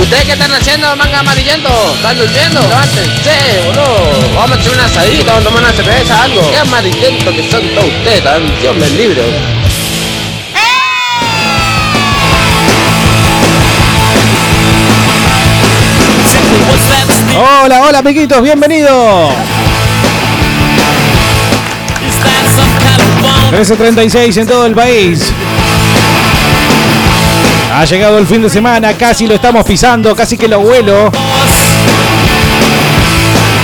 ¿Ustedes qué están haciendo, manga amarillento? ¿Están durmiendo? Levántense, boludo. Vamos a echar un asadito, vamos a tomar una cerveza, algo. Qué amarillento que son todos ustedes, tan- Dios me libre. Hola, hola amiguitos, bienvenidos. 13.36 en todo el país. Ha llegado el fin de semana, casi lo estamos pisando, casi que lo vuelo.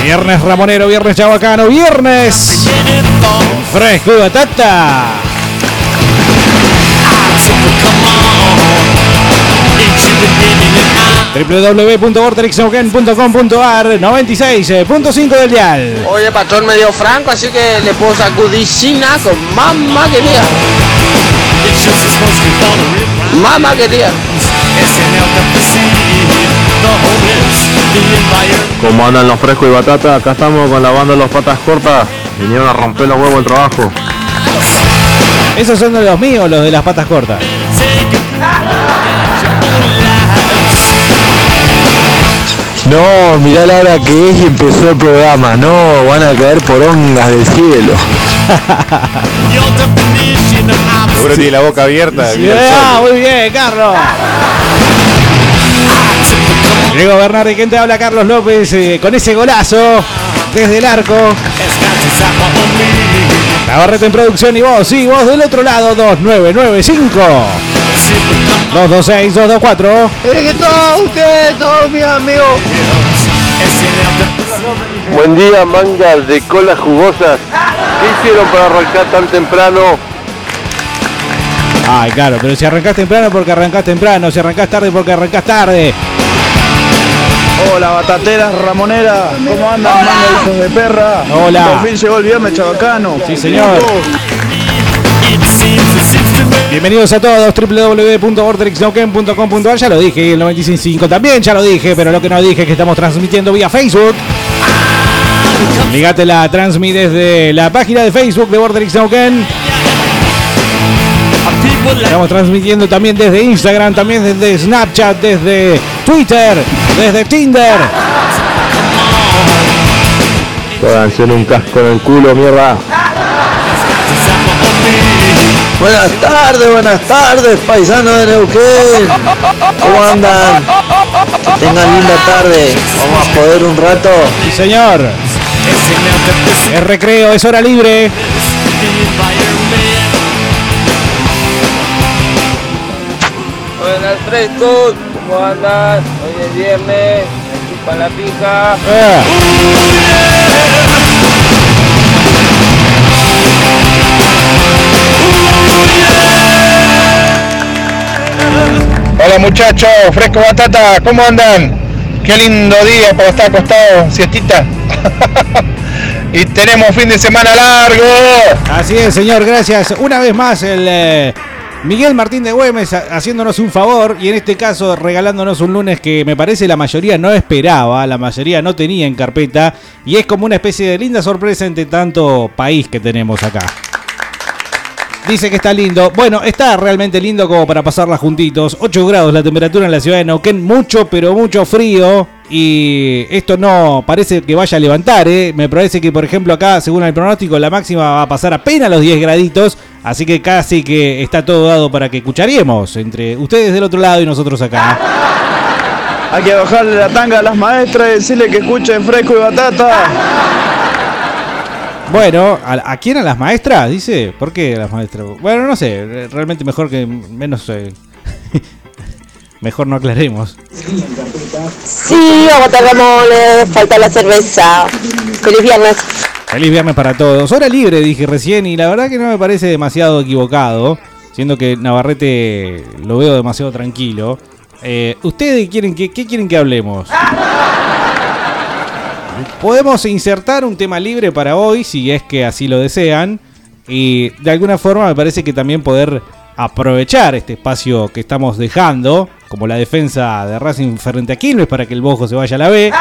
Viernes Ramonero, viernes Chabacano, viernes Fresco y Batata. www.vortexneuquén.com.ar 96.5 del dial. Oye, patrón me dio franco, así que le puedo sacudir con mamá querida. Mamá querida. Como andan los frescos y batata, acá estamos con la banda de los patas cortas. Vinieron a romper los huevos el trabajo. ¿Esos son de los míos, los de las patas cortas? No, mirá la hora que es y empezó el programa. No, van a caer porongas del cielo. Seguro tiene la boca abierta. mira el Ah, sol. muy bien, Carlos. Diego Bernardo, ¿quién te habla? Carlos López eh, con ese golazo desde el arco. Navarrete en producción y vos, sí, vos del otro lado, 2995. 226-224. Buen día, mangas de colas jugosas. ¿Qué hicieron para arrancar tan temprano? Ay, claro, pero si arrancás temprano porque arrancás temprano, si arrancás tarde porque arrancás tarde. Hola batateras, ramonera, ¿cómo andan? Manga de hijos de perra. Hola. Por fin llegó el viernes chabacano. Sí, señor. Bienvenidos a todos, www.orderixnauken.com.ar, ya lo dije, y el 955 también ya lo dije, pero lo que no dije es que estamos transmitiendo vía Facebook. Ligate la transmit desde la página de Facebook de Borderix Nauquén. Estamos transmitiendo también desde Instagram, también desde Snapchat, desde Twitter, desde Tinder. Pónganse un casco en el culo, mierda. Buenas tardes, buenas tardes, paisanos de Neuquén. ¿Cómo andan? Que tengan linda tarde. Vamos a poder un rato. Sí, señor. Es recreo, es hora libre. Buenas frescos, ¿cómo andan? Hoy es viernes, me chupa la pija. Eh. Hola muchachos, fresco batata, ¿cómo andan? Qué lindo día para estar acostado, siestita. y tenemos fin de semana largo. Así es, señor, gracias. Una vez más, el eh, Miguel Martín de Güemes ha- haciéndonos un favor y en este caso regalándonos un lunes que me parece la mayoría no esperaba, la mayoría no tenía en carpeta y es como una especie de linda sorpresa entre tanto país que tenemos acá. Dice que está lindo. Bueno, está realmente lindo como para pasarla juntitos. 8 grados la temperatura en la ciudad de Neuquén. Mucho, pero mucho frío. Y esto no parece que vaya a levantar. ¿eh? Me parece que, por ejemplo, acá, según el pronóstico, la máxima va a pasar apenas los 10 graditos. Así que casi que está todo dado para que escucharíamos entre ustedes del otro lado y nosotros acá. Hay que bajarle la tanga a las maestras y decirle que escuchen fresco y batata. Bueno, ¿a, a quién? ¿A las maestras? Dice. ¿Por qué a las maestras? Bueno, no sé. re- Realmente mejor que menos. eh, mejor no aclaremos. Sí, aguanta Ramones, falta la cerveza. Feliz viernes. Feliz viernes para todos. Hora libre, dije recién, y la verdad que no me parece demasiado equivocado, siendo que Navarrete lo veo demasiado tranquilo. Eh, ¿Ustedes quieren que, qué quieren que hablemos? Podemos insertar un tema libre para hoy, si es que así lo desean, y de alguna forma me parece que también poder aprovechar este espacio que estamos dejando, como la defensa de Racing frente a Quilmes para que el Bojo se vaya a la B.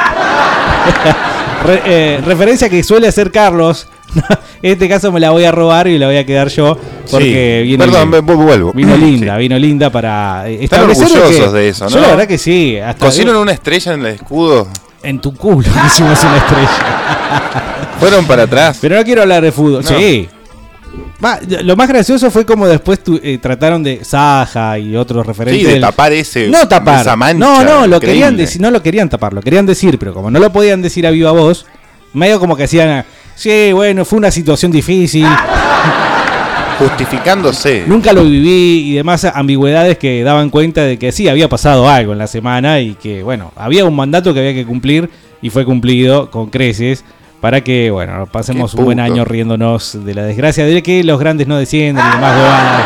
Re- eh, referencia que suele hacer Carlos en este caso me la voy a robar y la voy a quedar yo. Porque Sí. viene Perdón, bien. me vu- vuelvo. Vino linda, vino linda para eh, Están establecer orgullosos de eso, Yo ¿no? la verdad que sí. Hasta Cosieron una estrella en el escudo. En tu culo hicimos una estrella. Fueron para atrás. Pero no quiero hablar de fútbol. No. Sí. Va, lo más gracioso fue como después tu- eh, trataron de Saja y otros referentes. Sí, de del- tapar ese. No tapar. Esa mancha. no, no, lo increíble. querían decir, no lo querían tapar, lo querían decir, pero como no lo podían decir a viva voz, medio como que hacían, sí, bueno, fue una situación difícil, Justificándose. nunca lo viví y demás ambigüedades que daban cuenta de que sí, había pasado algo en la semana y que, bueno, había un mandato que había que cumplir y fue cumplido con creces. Para que, bueno, pasemos Qué un buen puto. año riéndonos de la desgracia, de que los grandes no descienden y demás bobadas.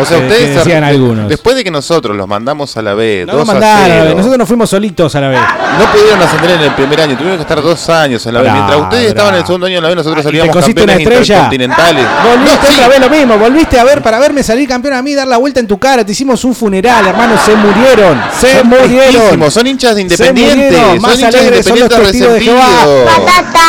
O sea, que- ustedes que se- decían algunos. después de que nosotros los mandamos a la B, No lo 2 a mandaron, eh, cero, nosotros nos fuimos solitos a la vez. no pudieron ascender en el primer año, tuvieron que estar dos años en la B. Brá, Mientras ustedes brá. estaban en el segundo año en la B, nosotros Ah, ¿y te salíamos cosiste campeones una estrella? intercontinentales. Volviste sí. otra vez lo mismo, volviste a ver para verme salir campeón a mí, dar la vuelta en tu cara, te hicimos un funeral, hermano, se murieron, se, Son murieron. tristísimos, Son hinchas de independientes. murieron, Son más hinchas de alegres son los independientes testigos de resentidos. Batata.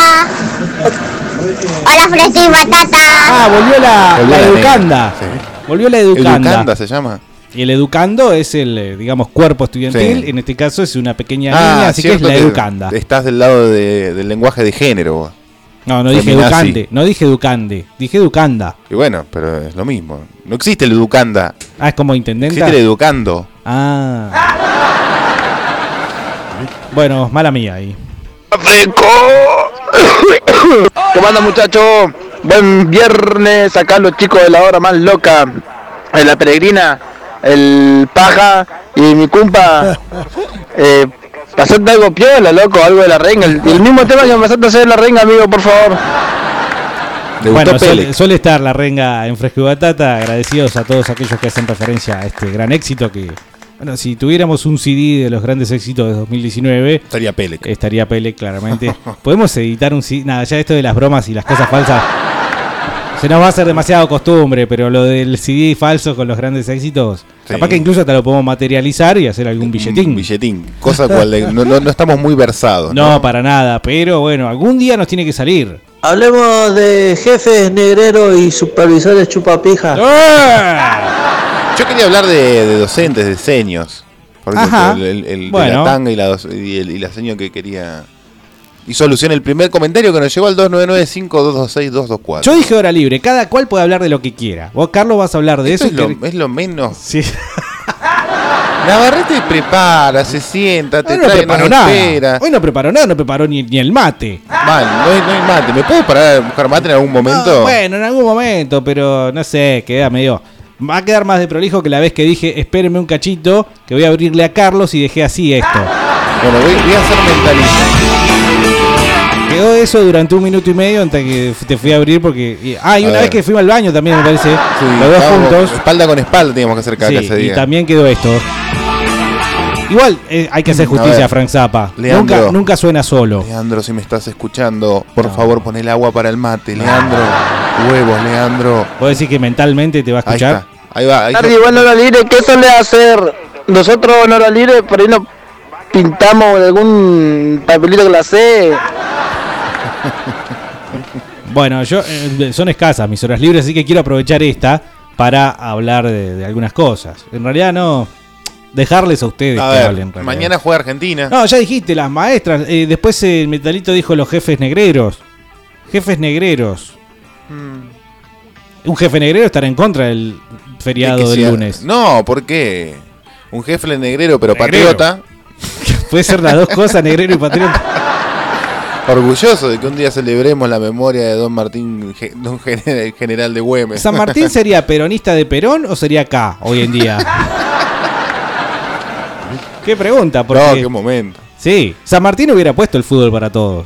Hola, Fresky Batata. Ah, volvió la, Volvió la la educanda. negra, Volvió la educanda. Educanda se llama. Y el educando es el, eh, digamos, cuerpo estudiantil, Sí. Ah, en este caso es una pequeña niña, así que es cierto la que educanda. Estás del lado de- del lenguaje de género. vos. No, no dije feminazi. educante, no dije educande, dije educanda. Y bueno, pero es lo mismo. No existe el educanda. Ah, es como intendenta. Existe el educando. Ah. Bueno, mala mía ahí. ¿Cómo andan muchachos? Buen viernes acá los chicos de la hora más loca. Eh, La peregrina, el paja y mi cumpa. Eh, pasate algo piola, loco, algo de la renga. El, el mismo tema que me pasaste a hacer en la renga, amigo, por favor. Le Bueno, gustó suele, Pele. suele estar la renga en Fresco y Batata. Agradecidos a todos aquellos que hacen referencia a este gran éxito que, bueno, si tuviéramos un CD de los grandes éxitos de 2019, Estaría Pele. estaría Pele claramente. Podemos editar un CD. Nada, ya esto de las bromas y las cosas falsas. Se nos va a hacer demasiado costumbre, pero lo del CD falso con los grandes éxitos, Sí. capaz que incluso hasta lo podemos materializar y hacer algún Un billetín. billetín. Cosa cual de- no, no- no estamos muy versados. no, para nada, pero bueno, algún día nos tiene que salir. Hablemos de jefes negreros y supervisores chupapijas. ¡Eh! Ah. Yo quería hablar de, de docentes, de seños. Porque Ajá. el, el- el de Bueno. la tanga y la, doc- y, el- y la seño que quería. Hizo alusión el primer comentario que nos llegó al 299-5226-224. Yo dije hora libre, cada cual puede hablar de lo que quiera. Vos, Carlos, vas a hablar de Esto eso. es, lo, y que- es lo menos. Sí. Navarrete prepara, se sienta, te Hoy no trae, preparó nos espera. nada. Hoy no preparó nada, no preparó ni, ni el mate. Mal, no hay, no hay mate. ¿Me puedo parar a buscar mate en algún momento? Ah, bueno, en algún momento, pero no sé, queda medio. Va a quedar más de prolijo que la vez que dije, espérenme un cachito, que voy a abrirle a Carlos y dejé así esto. Bueno, voy, voy a hacer mentalista. Quedó eso durante un minuto y medio hasta que f- te fui a abrir porque. y- Ah, y A una ver. vez que fuimos al baño también, me parece. Sí, los dos estábamos juntos. Espalda con espalda teníamos que hacer cada Sí, ese y día. también quedó esto. Igual eh, hay que hacer A justicia, ver, Frank Zappa. Leandro. Nunca, nunca suena solo. Leandro, si me estás escuchando, por favor pon el agua para el mate, Leandro. Huevos, Leandro. ¿Puedo decir que mentalmente te va a Ahí escuchar? está. Ahí va. ahí Tarde, igual en hora libre, ¿qué suele hacer? Nosotros en hora libre por ahí nos pintamos en algún papelito glacé. Bueno, yo eh, son escasas mis horas libres, así que quiero aprovechar esta para hablar de, de algunas cosas. En realidad no dejarles a ustedes está. A que ver, hablen. en realidad. mañana juega Argentina. No, ya dijiste las maestras. eh, después el metalito dijo los jefes negreros. Jefes negreros. Hmm. Un jefe negrero estará en contra del feriado Es que del sea- lunes. No, ¿por qué? Un jefe negrero pero Negrero. patriota, Puede ser las dos cosas, negrero y patriota. orgulloso de que un día celebremos la memoria de don Martín, ge- don gen- el general de Güemes. ¿San Martín sería peronista de Perón o sería acá hoy en día? Qué pregunta, porque no, qué momento. sí, San Martín hubiera puesto el fútbol para todos.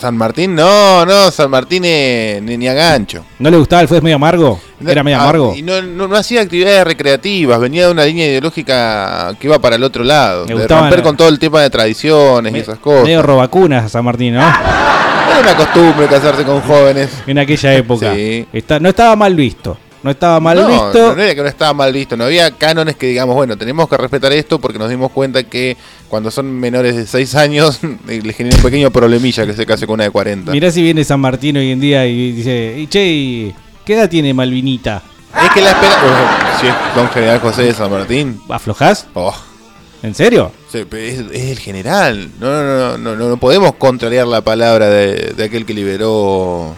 San Martín, no, no, San Martín eh, ni, ni a gancho. ¿No le gustaba el fútbol? ¿Es medio amargo? ¿Era medio Ah, amargo? Y no, no- no hacía actividades recreativas, venía de una línea ideológica que iba para el otro lado. Me De gustaban- romper con todo el tema de tradiciones y esas cosas. Medio robacunas San Martín, ¿no? Era una costumbre casarse con jóvenes. En aquella época. Sí. Está- no estaba mal visto. no estaba mal no, visto. No era que no estaba mal visto, no había cánones que digamos, bueno, tenemos que respetar esto porque nos dimos cuenta que cuando son menores de 6 años les genera un pequeño problemilla que se case con una de 40. Mirá si viene San Martín hoy en día y dice, "Y, che, ¿y ¿qué edad tiene Malvinita? Es que la espera. Bueno, si es don General José de San Martín, ¿Aflojás? oh, ¿En serio? se- es, es el general. No, no, no, no, no, no podemos contrariar la palabra de, de aquel que liberó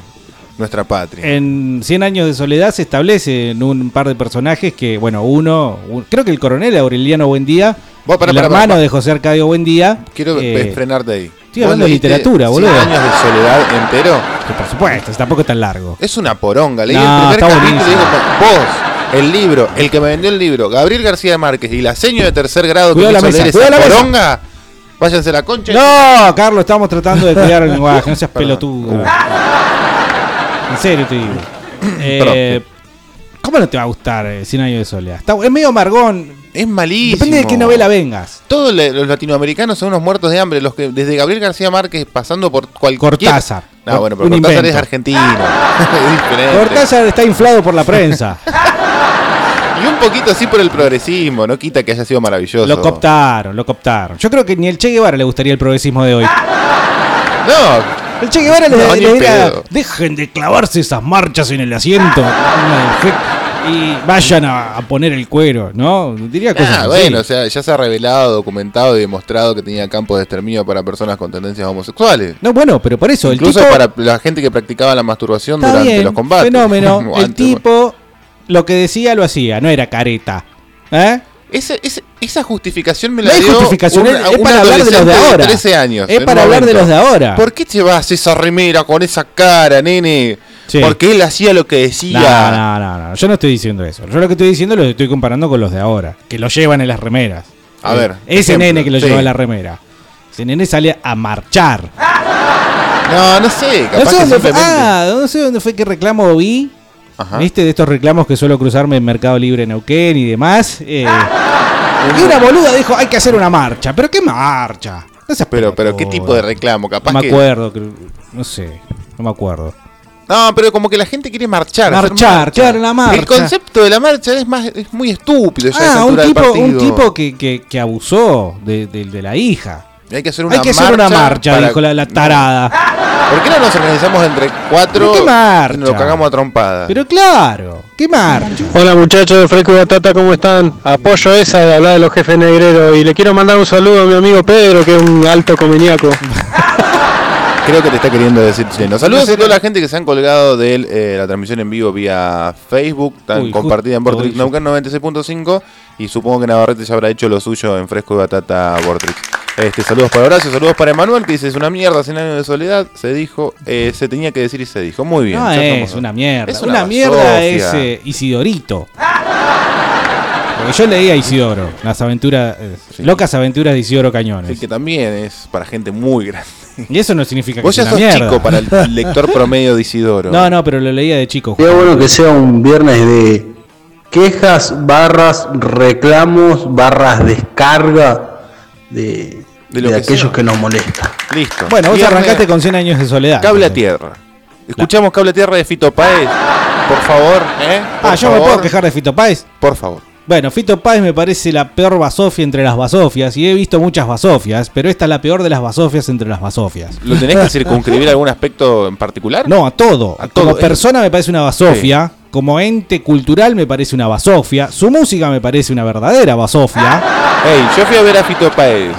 nuestra patria. En 100 años de soledad se establecen un par de personajes que, bueno, uno, un- creo que el coronel Aureliano Buendía, Vos, pará, el pará, pará, hermano pará. de José Arcadio Buendía. Quiero eh, frenarte ahí. estoy hablando de ¿Vos leíste literatura, Cien boludo. años de soledad entero? que por supuesto, tampoco es tan largo. Es una poronga. Leí No, el primer está capítulo y buenísimo. digo, vos, el libro, el que me vendió el libro, Gabriel García Márquez y la seño de tercer grado que Cuidado me la hizo mesa, leer cuidado esa la mesa. poronga, váyanse la concha. y- No, Carlos, estamos tratando de cuidar el lenguaje, no seas Perdón. pelotudo. En serio te digo. Eh, ¿Cómo no te va a gustar eh, 100 años de soledad? Está- es medio margón. Es malísimo. Depende de qué novela vengas. Todos le- los latinoamericanos son unos muertos de hambre, los que desde Gabriel García Márquez pasando por cualquier Cortázar. No, bueno, pero Un Cortázar invento. es argentino. es diferente. Cortázar está inflado por la prensa. Y un poquito así por el progresismo, no quita que haya sido maravilloso. Lo cooptaron, lo cooptaron. Yo creo que ni el Che Guevara le gustaría el progresismo de hoy. No, El Che Guevara le, No, ni le en diría, pedo. dejen de clavarse esas marchas en el asiento. Una defec- Y vayan a, a poner el cuero, ¿no? Diría cosas Ah, así. bueno, o sea, ya se ha revelado, documentado y demostrado que tenía campos de exterminio para personas con tendencias homosexuales. No, bueno, pero por eso, el Incluso tipo... para la gente que practicaba la masturbación Está durante bien, los combates. Fenómeno. O el antes, bueno. tipo lo que decía lo hacía, no era careta. ¿Eh? Ese- ese- esa justificación me No la hay dio justificación, un- es- un es para hablar de los de adolescente ahora. 13 años. Es en un para hablar de momento. los de ahora. ¿Por qué llevas esa remera con esa cara, nene? Sí. Porque él hacía lo que No, decía. no, no, no, yo no estoy diciendo eso. Yo lo que estoy diciendo lo estoy comparando con los de ahora, que lo llevan en las remeras. Eh, A ver, Ese ejemplo, nene que lo sí. lleva en la remera. Ese nene sale a marchar. No, no sé. Capaz no sé que dónde fue, simplemente- ah, no sé dónde fue que reclamo vi. Ajá. ¿Viste? De estos reclamos que suelo cruzarme en Mercado Libre Neuquén y demás. eh, Ah. y una boluda dijo, hay que hacer una marcha. ¿Pero qué marcha? No seas Pero, pero, ¿qué pelotuda. tipo de reclamo? Capaz No me que- acuerdo, creo- no sé, no me acuerdo. No, pero como que la gente quiere marchar. hacer Marchar, claro, la marcha. El concepto de la marcha es más es muy estúpido. Ya a esa Ah, un altura del tipo, un partido. tipo que, que- que abusó de, de- de la hija. Hay que hacer una Hay que hacer una marcha, para- dijo la, la tarada. ¿Por qué no nos organizamos entre cuatro ¿Pero qué marcha? y nos lo cagamos a trompada? Pero claro, ¿qué marcha? Hola muchachos de Fresco y Batata, ¿cómo están? Apoyo esa de hablar de los jefes negreros y le quiero mandar un saludo a mi amigo Pedro, que es un alto comeniaco. Creo que te está queriendo decir chileno. Saludos a toda la gente que se han colgado de eh, la transmisión en vivo vía Facebook, tan Uy, compartida en justo Vortrix hoy. Naucan 96.5 y supongo que Navarrete ya habrá hecho lo suyo en Fresco y Batata Vortrix. Este, saludos para Horacio, saludos para Emanuel que dice, es una mierda, 100 años de soledad, se dijo, eh, se tenía que decir y se dijo. Muy bien. No, ya Ah, es estamos- una mierda. Es una una mierda bazofia. es eh, Isidorito. Porque yo leía a Isidoro, las aventuras, eh, locas aventuras de Isidoro Así Cañones. que también es para gente muy grande. Y eso no significa que Vos sea ya una sos mierda. chico para el lector promedio de Isidoro. No, no, pero lo leía de chico. Sería bueno que sea un viernes de quejas, barras, reclamos, barras, descarga de, De lo de que aquellos sea. que nos molestan. Listo. Bueno, vos Viernes, arrancaste con 100 años de soledad. Cable a entonces. tierra. Escuchamos Cable a tierra de Fito Páez. Por favor, ¿eh? Por Ah, yo me favor. puedo quejar de Fito Páez. Por favor. Bueno, Fito Páez me parece la peor basofia entre las basofias y he visto muchas basofias, pero esta es la peor de las basofias entre las basofias. ¿Lo tenés que circunscribir a algún aspecto en particular? No, a todo. A como todo, eh. persona me parece una basofia, como ente cultural me parece una basofia, su música me parece una verdadera basofia. Ey, yo fui a ver a Fito Páez.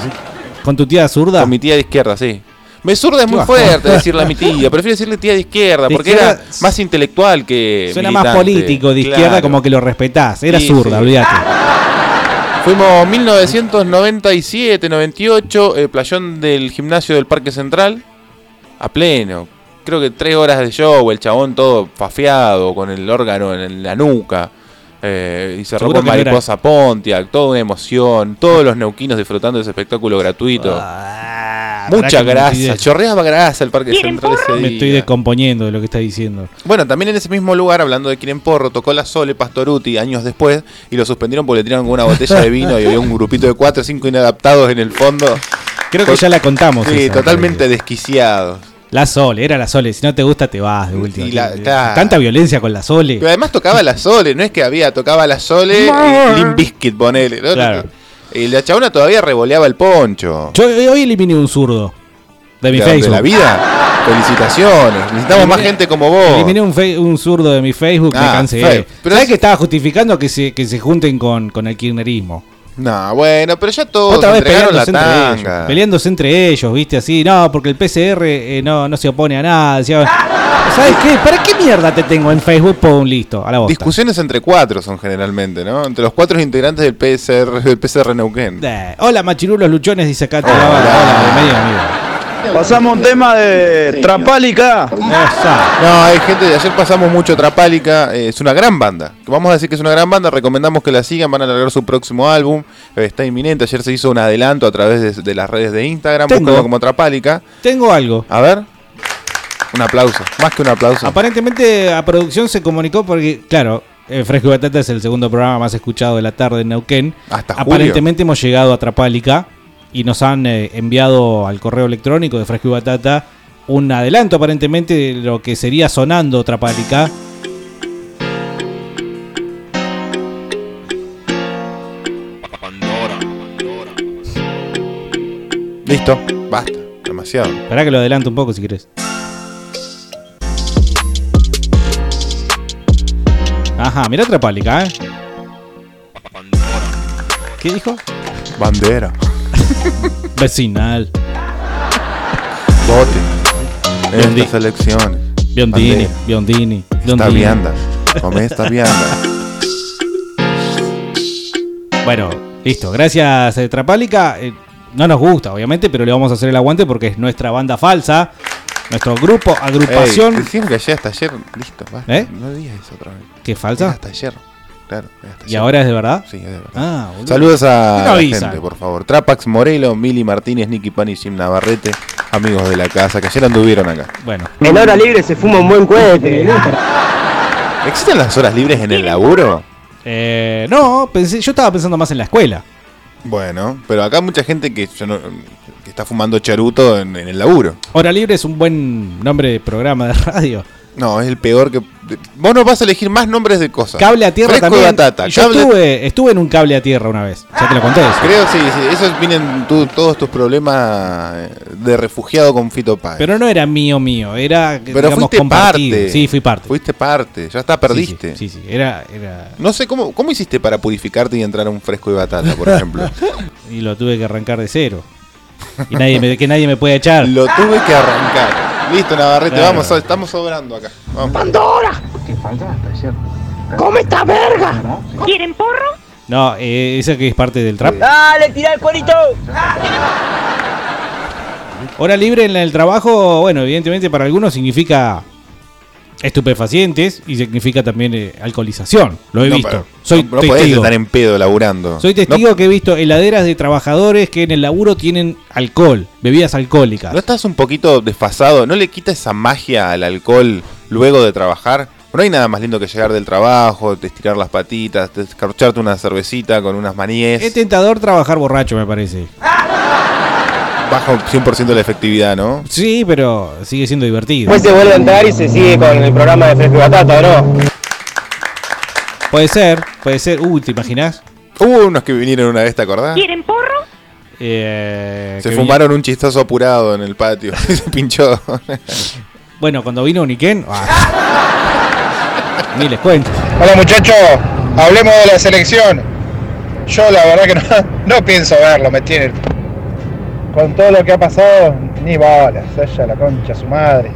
Con tu tía zurda. Con mi tía de izquierda, sí. Me zurda es muy Qué fuerte decirle a mi tía. Prefiero decirle tía de izquierda De porque izquierda era más intelectual que. Suena más militante. político de izquierda, Claro. como que lo respetás. Era Sí, zurda, sí. Ah, olvídate. Fuimos 1997, 98, eh, playón del gimnasio del Parque Central, a pleno. Creo que tres horas de show, el chabón todo fafiado, con el órgano en- en la nuca. eh, y cerró Seguro con que no era- Mariposa Pontiac, toda una emoción, todos los neuquinos disfrutando de ese espectáculo gratuito. Ah, Mucha pará que me grasa, estoy de- chorreaba grasa el Parque Central ese Me estoy día. descomponiendo de lo que está diciendo. Bueno, también en ese mismo lugar, hablando de Quieren Porro, tocó la Sole Pastoruti años después y lo suspendieron porque le tiraron con una botella de vino y había un grupito de cuatro o cinco inadaptados en el fondo. Creo que Tot- ya la contamos. Pues Sí, esa, totalmente desquiciados. La Sole, era la Sole. Si no te gusta, te vas de última. Y la- claro. Tanta violencia con la Sole. Pero además tocaba la Sole, no es que había, tocaba la Sole y Limp Bizkit, ponele. ¿no? Claro. Y la chabona todavía revoleaba el poncho. Yo hoy hoy eliminé un zurdo de mi De- de Facebook. la vida. Felicitaciones. Necesitamos más gente como vos. Eliminé un, fe- un zurdo de mi Facebook, me Ah, cancelé. fe- pero ¿Sabés es- que estaba justificando que se, que se junten con, con el kirchnerismo? No, bueno, pero ya todos Otra vez entregaron la peleándose entre, ellos, tanga. peleándose entre ellos, viste, así, no, porque el PCR eh, no, no se opone a nada. decía, ¿Sabes qué? ¿Para qué mierda te tengo en Facebook? Pum, listo, a la bosta. Discusiones entre cuatro son generalmente, ¿no? Entre los cuatro integrantes del PCR, del PCR Neuquén. Eh, hola, machirulos luchones, dice acá. Hola, bienvenido, amigo. Pasamos un tema de Trapálica. Esa. No, hay gente, de ayer pasamos mucho Trapálica, eh, es una gran banda. Vamos a decir que es una gran banda, recomendamos que la sigan, van a largar su próximo álbum, eh, está inminente, ayer se hizo un adelanto a través de, de las redes de Instagram, Tengo. búscalo como Trapálica. Tengo algo. A ver, un aplauso, más que un aplauso. Aparentemente a producción se comunicó porque, claro, eh, Fresco y Batata es el segundo programa más escuchado de la tarde en Neuquén. Hasta julio. Aparentemente hemos llegado a Trapálica y nos han eh, enviado al correo electrónico de Fresco y Batata un adelanto aparentemente de lo que sería sonando Trapálica. Listo, basta, demasiado. Esperá que lo adelanto un poco si querés. Ajá, mirá Trapálica, ¿eh? ¿Qué dijo? Bandera, Vecinal. bote, en Biondi- estas elecciones. Biondini, Bandera. Biondini, Esta Biondini. vianda, come esta vianda. Bueno, listo. Gracias, eh, Trapálica. Eh, no nos gusta, obviamente, pero le vamos a hacer el aguante porque es nuestra banda falsa, nuestro grupo, Ey, agrupación. decían que allá hasta ayer, listo, basta. ¿Eh? No digas eso otra vez. ¿Qué es Era falsa? hasta ayer, claro. era hasta ¿Y ayer. ahora es de verdad? Sí, es de verdad. Ah, boludo. Saludos a Una la visa. gente, por favor. Trapax Morelo, Mili Martínez, Nicky Pan y Jim Navarrete, amigos de la casa, que ayer anduvieron acá. Bueno, En hora libre se fuma un buen cohete. ¿Existen las horas libres en el laburo? eh, no, pensé, yo estaba pensando más en la escuela. Bueno, pero acá mucha gente que, yo no- que está fumando charuto en, en el laburo. Hora Libre es un buen nombre de programa de radio. No, es el peor que. Vos no vas a elegir más nombres de cosas. Cable a tierra Fresco también. y batata. Yo Cable- estuve, estuve en un cable a tierra una vez. Ya te lo conté. eso. Creo, sí, sí. Esos vienen tu- todos tus problemas eh, de refugiado con Fito Páez. Pero no era mío mío, era Pero fuiste parte. Sí, fui parte. Fuiste parte. Ya está, Sí, perdiste. Sí, sí, sí, era, era No sé, ¿cómo, ¿cómo hiciste para purificarte y entrar a un fresco y batata, por ejemplo? y lo tuve que arrancar de cero. Y nadie me, que nadie me puede echar. Lo tuve que arrancar. Listo, Navarrete, Claro. vamos, so- estamos sobrando acá. Vamos. No, eh, esa que es parte del trap. ¡Dale, tira el cuerito! Hora libre en el trabajo, bueno, evidentemente para algunos significa estupefacientes y significa también eh, alcoholización. Lo he No, visto. pero- Soy no, no podés testigo. estar en pedo laburando. Soy testigo que he visto heladeras de trabajadores que en el laburo tienen alcohol, bebidas ¿No, alcohólicas. no estás un poquito desfasado? ¿No le quita esa magia al alcohol luego de trabajar? No hay nada más lindo que llegar del trabajo, te estirar las patitas, te escarcharte una cervecita con unas maníes. Es tentador trabajar borracho, me parece. Baja un 100% la efectividad, ¿no? Sí, pero sigue siendo divertido. Pues- Después se vuelve a entrar y se sigue con el programa de Fresco y Batata, ¿no? Puede ser, puede ser. Uy, ¿te imaginas? Hubo unos que vinieron una vez, ¿te acordás? Eh, Se que fumaron un chistazo apurado en el patio. se pinchó. vino- Bueno, cuando vino Uniquén. ah, ni les cuento. Hola muchachos, hablemos de la selección. Yo la verdad que no, no pienso verlo, me tiene. Con todo lo que ha pasado, ni balas, ella la concha, su madre.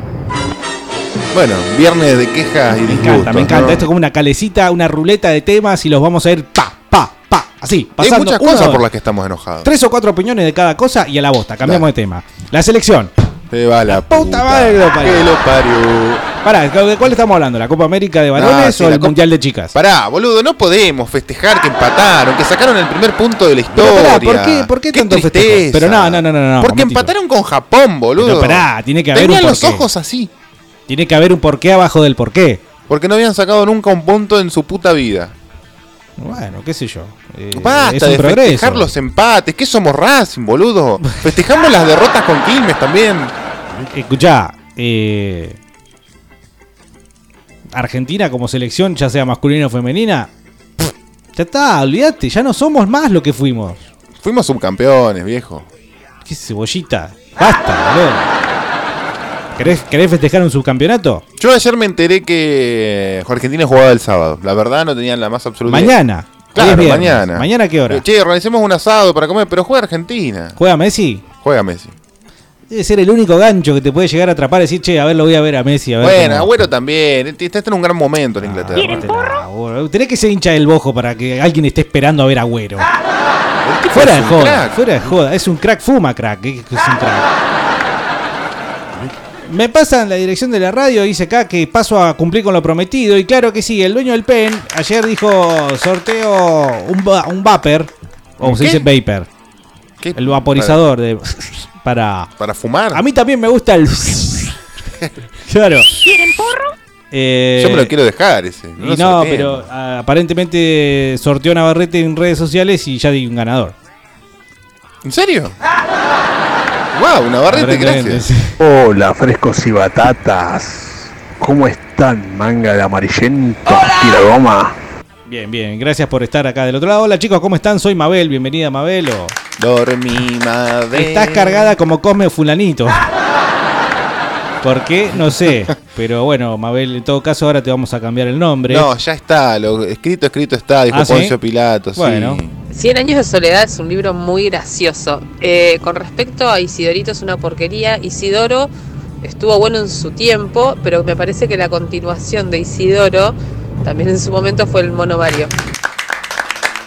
bueno, viernes de quejas y Me encanta, disgustos, me encanta. ¿no? Esto es como una calecita, una ruleta de temas y los vamos a ir pa, pa, pa. Así, pasando. Hay muchas uno, cosas dos, por las que estamos enojados. Tres o cuatro opiniones de cada cosa y a la bosta. Cambiamos de tema. La selección. Te va la, puta madre que lo parió. que lo parió. Pará, ¿de cuál estamos hablando? ¿La Copa América de varones Ah, sí, o la el Copa- Mundial de chicas? Pará, boludo, no podemos festejar que empataron, que sacaron el primer punto de la Pero historia. pará, ¿por qué- por qué tanto festejo? tristeza. Pero no, no, no, no, no, Porque momentito. empataron con Japón, boludo. Pero pará, tiene que haber Tenían un los porqué. ojos así. Tiene que haber un porqué abajo del porqué. Porque no habían sacado nunca un punto en su puta vida. Bueno, qué sé yo. Eh, Basta es un de progreso. festejar los empates. ¿Qué somos Racing, boludo? Festejamos las derrotas con Quilmes también. Escuchá, eh, Argentina como selección, ya sea masculina o femenina, pff, ya está, olvídate, ya no somos más lo que fuimos. Fuimos subcampeones, viejo. ¿Qué cebollita? Basta, boludo. ¿Querés, ¿Querés festejar un subcampeonato? Yo ayer me enteré que Argentina jugaba el sábado. La verdad no tenían la más absoluta. Mañana. Claro, Hoy es viernes. mañana. Eh, ¿Mañana qué hora? Che, organicemos un asado para comer, pero juega Argentina. ¿Juega Messi? Juega Messi. Debe ser el único gancho que te puede llegar a atrapar y decir, che, a ver, lo voy a ver a Messi. A ver Bueno, cómo- Agüero también. Este- Está en un gran momento en Inglaterra. Ah, boludo, Tenés que ser hincha del bojo para que alguien esté esperando a ver a Agüero. El tipo Fuera Ah, es de un joda, crack. fuera de joda. Es un crack, fuma crack. eh, que Es un crack. Me pasan la dirección de la radio, dice acá que paso a cumplir con lo prometido. Y claro que sí, el dueño del PEN ayer dijo sorteo un, va- un vapor, o se dice ¿Qué? vapor, ¿Qué? el vaporizador de, para... Para, para fumar. A mí también me gusta el... claro. Eh, Yo me lo quiero dejar ese. No, y lo no, sorteen. pero ah, aparentemente sorteó Navarrete en redes sociales y ya di un ganador. ¿En serio? wow, una barrete, Aparentemente, gracias. sí. Hola, frescos y batatas. ¿Cómo están, manga de amarillento? Tira goma. Bien, bien, gracias por estar acá del otro lado. Hola chicos, ¿cómo están? Soy Mabel, bienvenida Mabel. o- Dormí, madre. Estás cargada como Cosme Fulanito. ¿Por qué? No sé. Pero bueno, Mabel, en todo caso ahora te vamos a cambiar el nombre. No, ya está. Lo escrito, escrito está. Dijo ¿Ah, sí? Poncio Pilato. sí. Bueno. Cien años de soledad es un libro muy gracioso. Eh, con respecto a Isidorito es una porquería, Isidoro estuvo bueno en su tiempo, pero me parece que la continuación de Isidoro también en su momento fue el Mono Mario.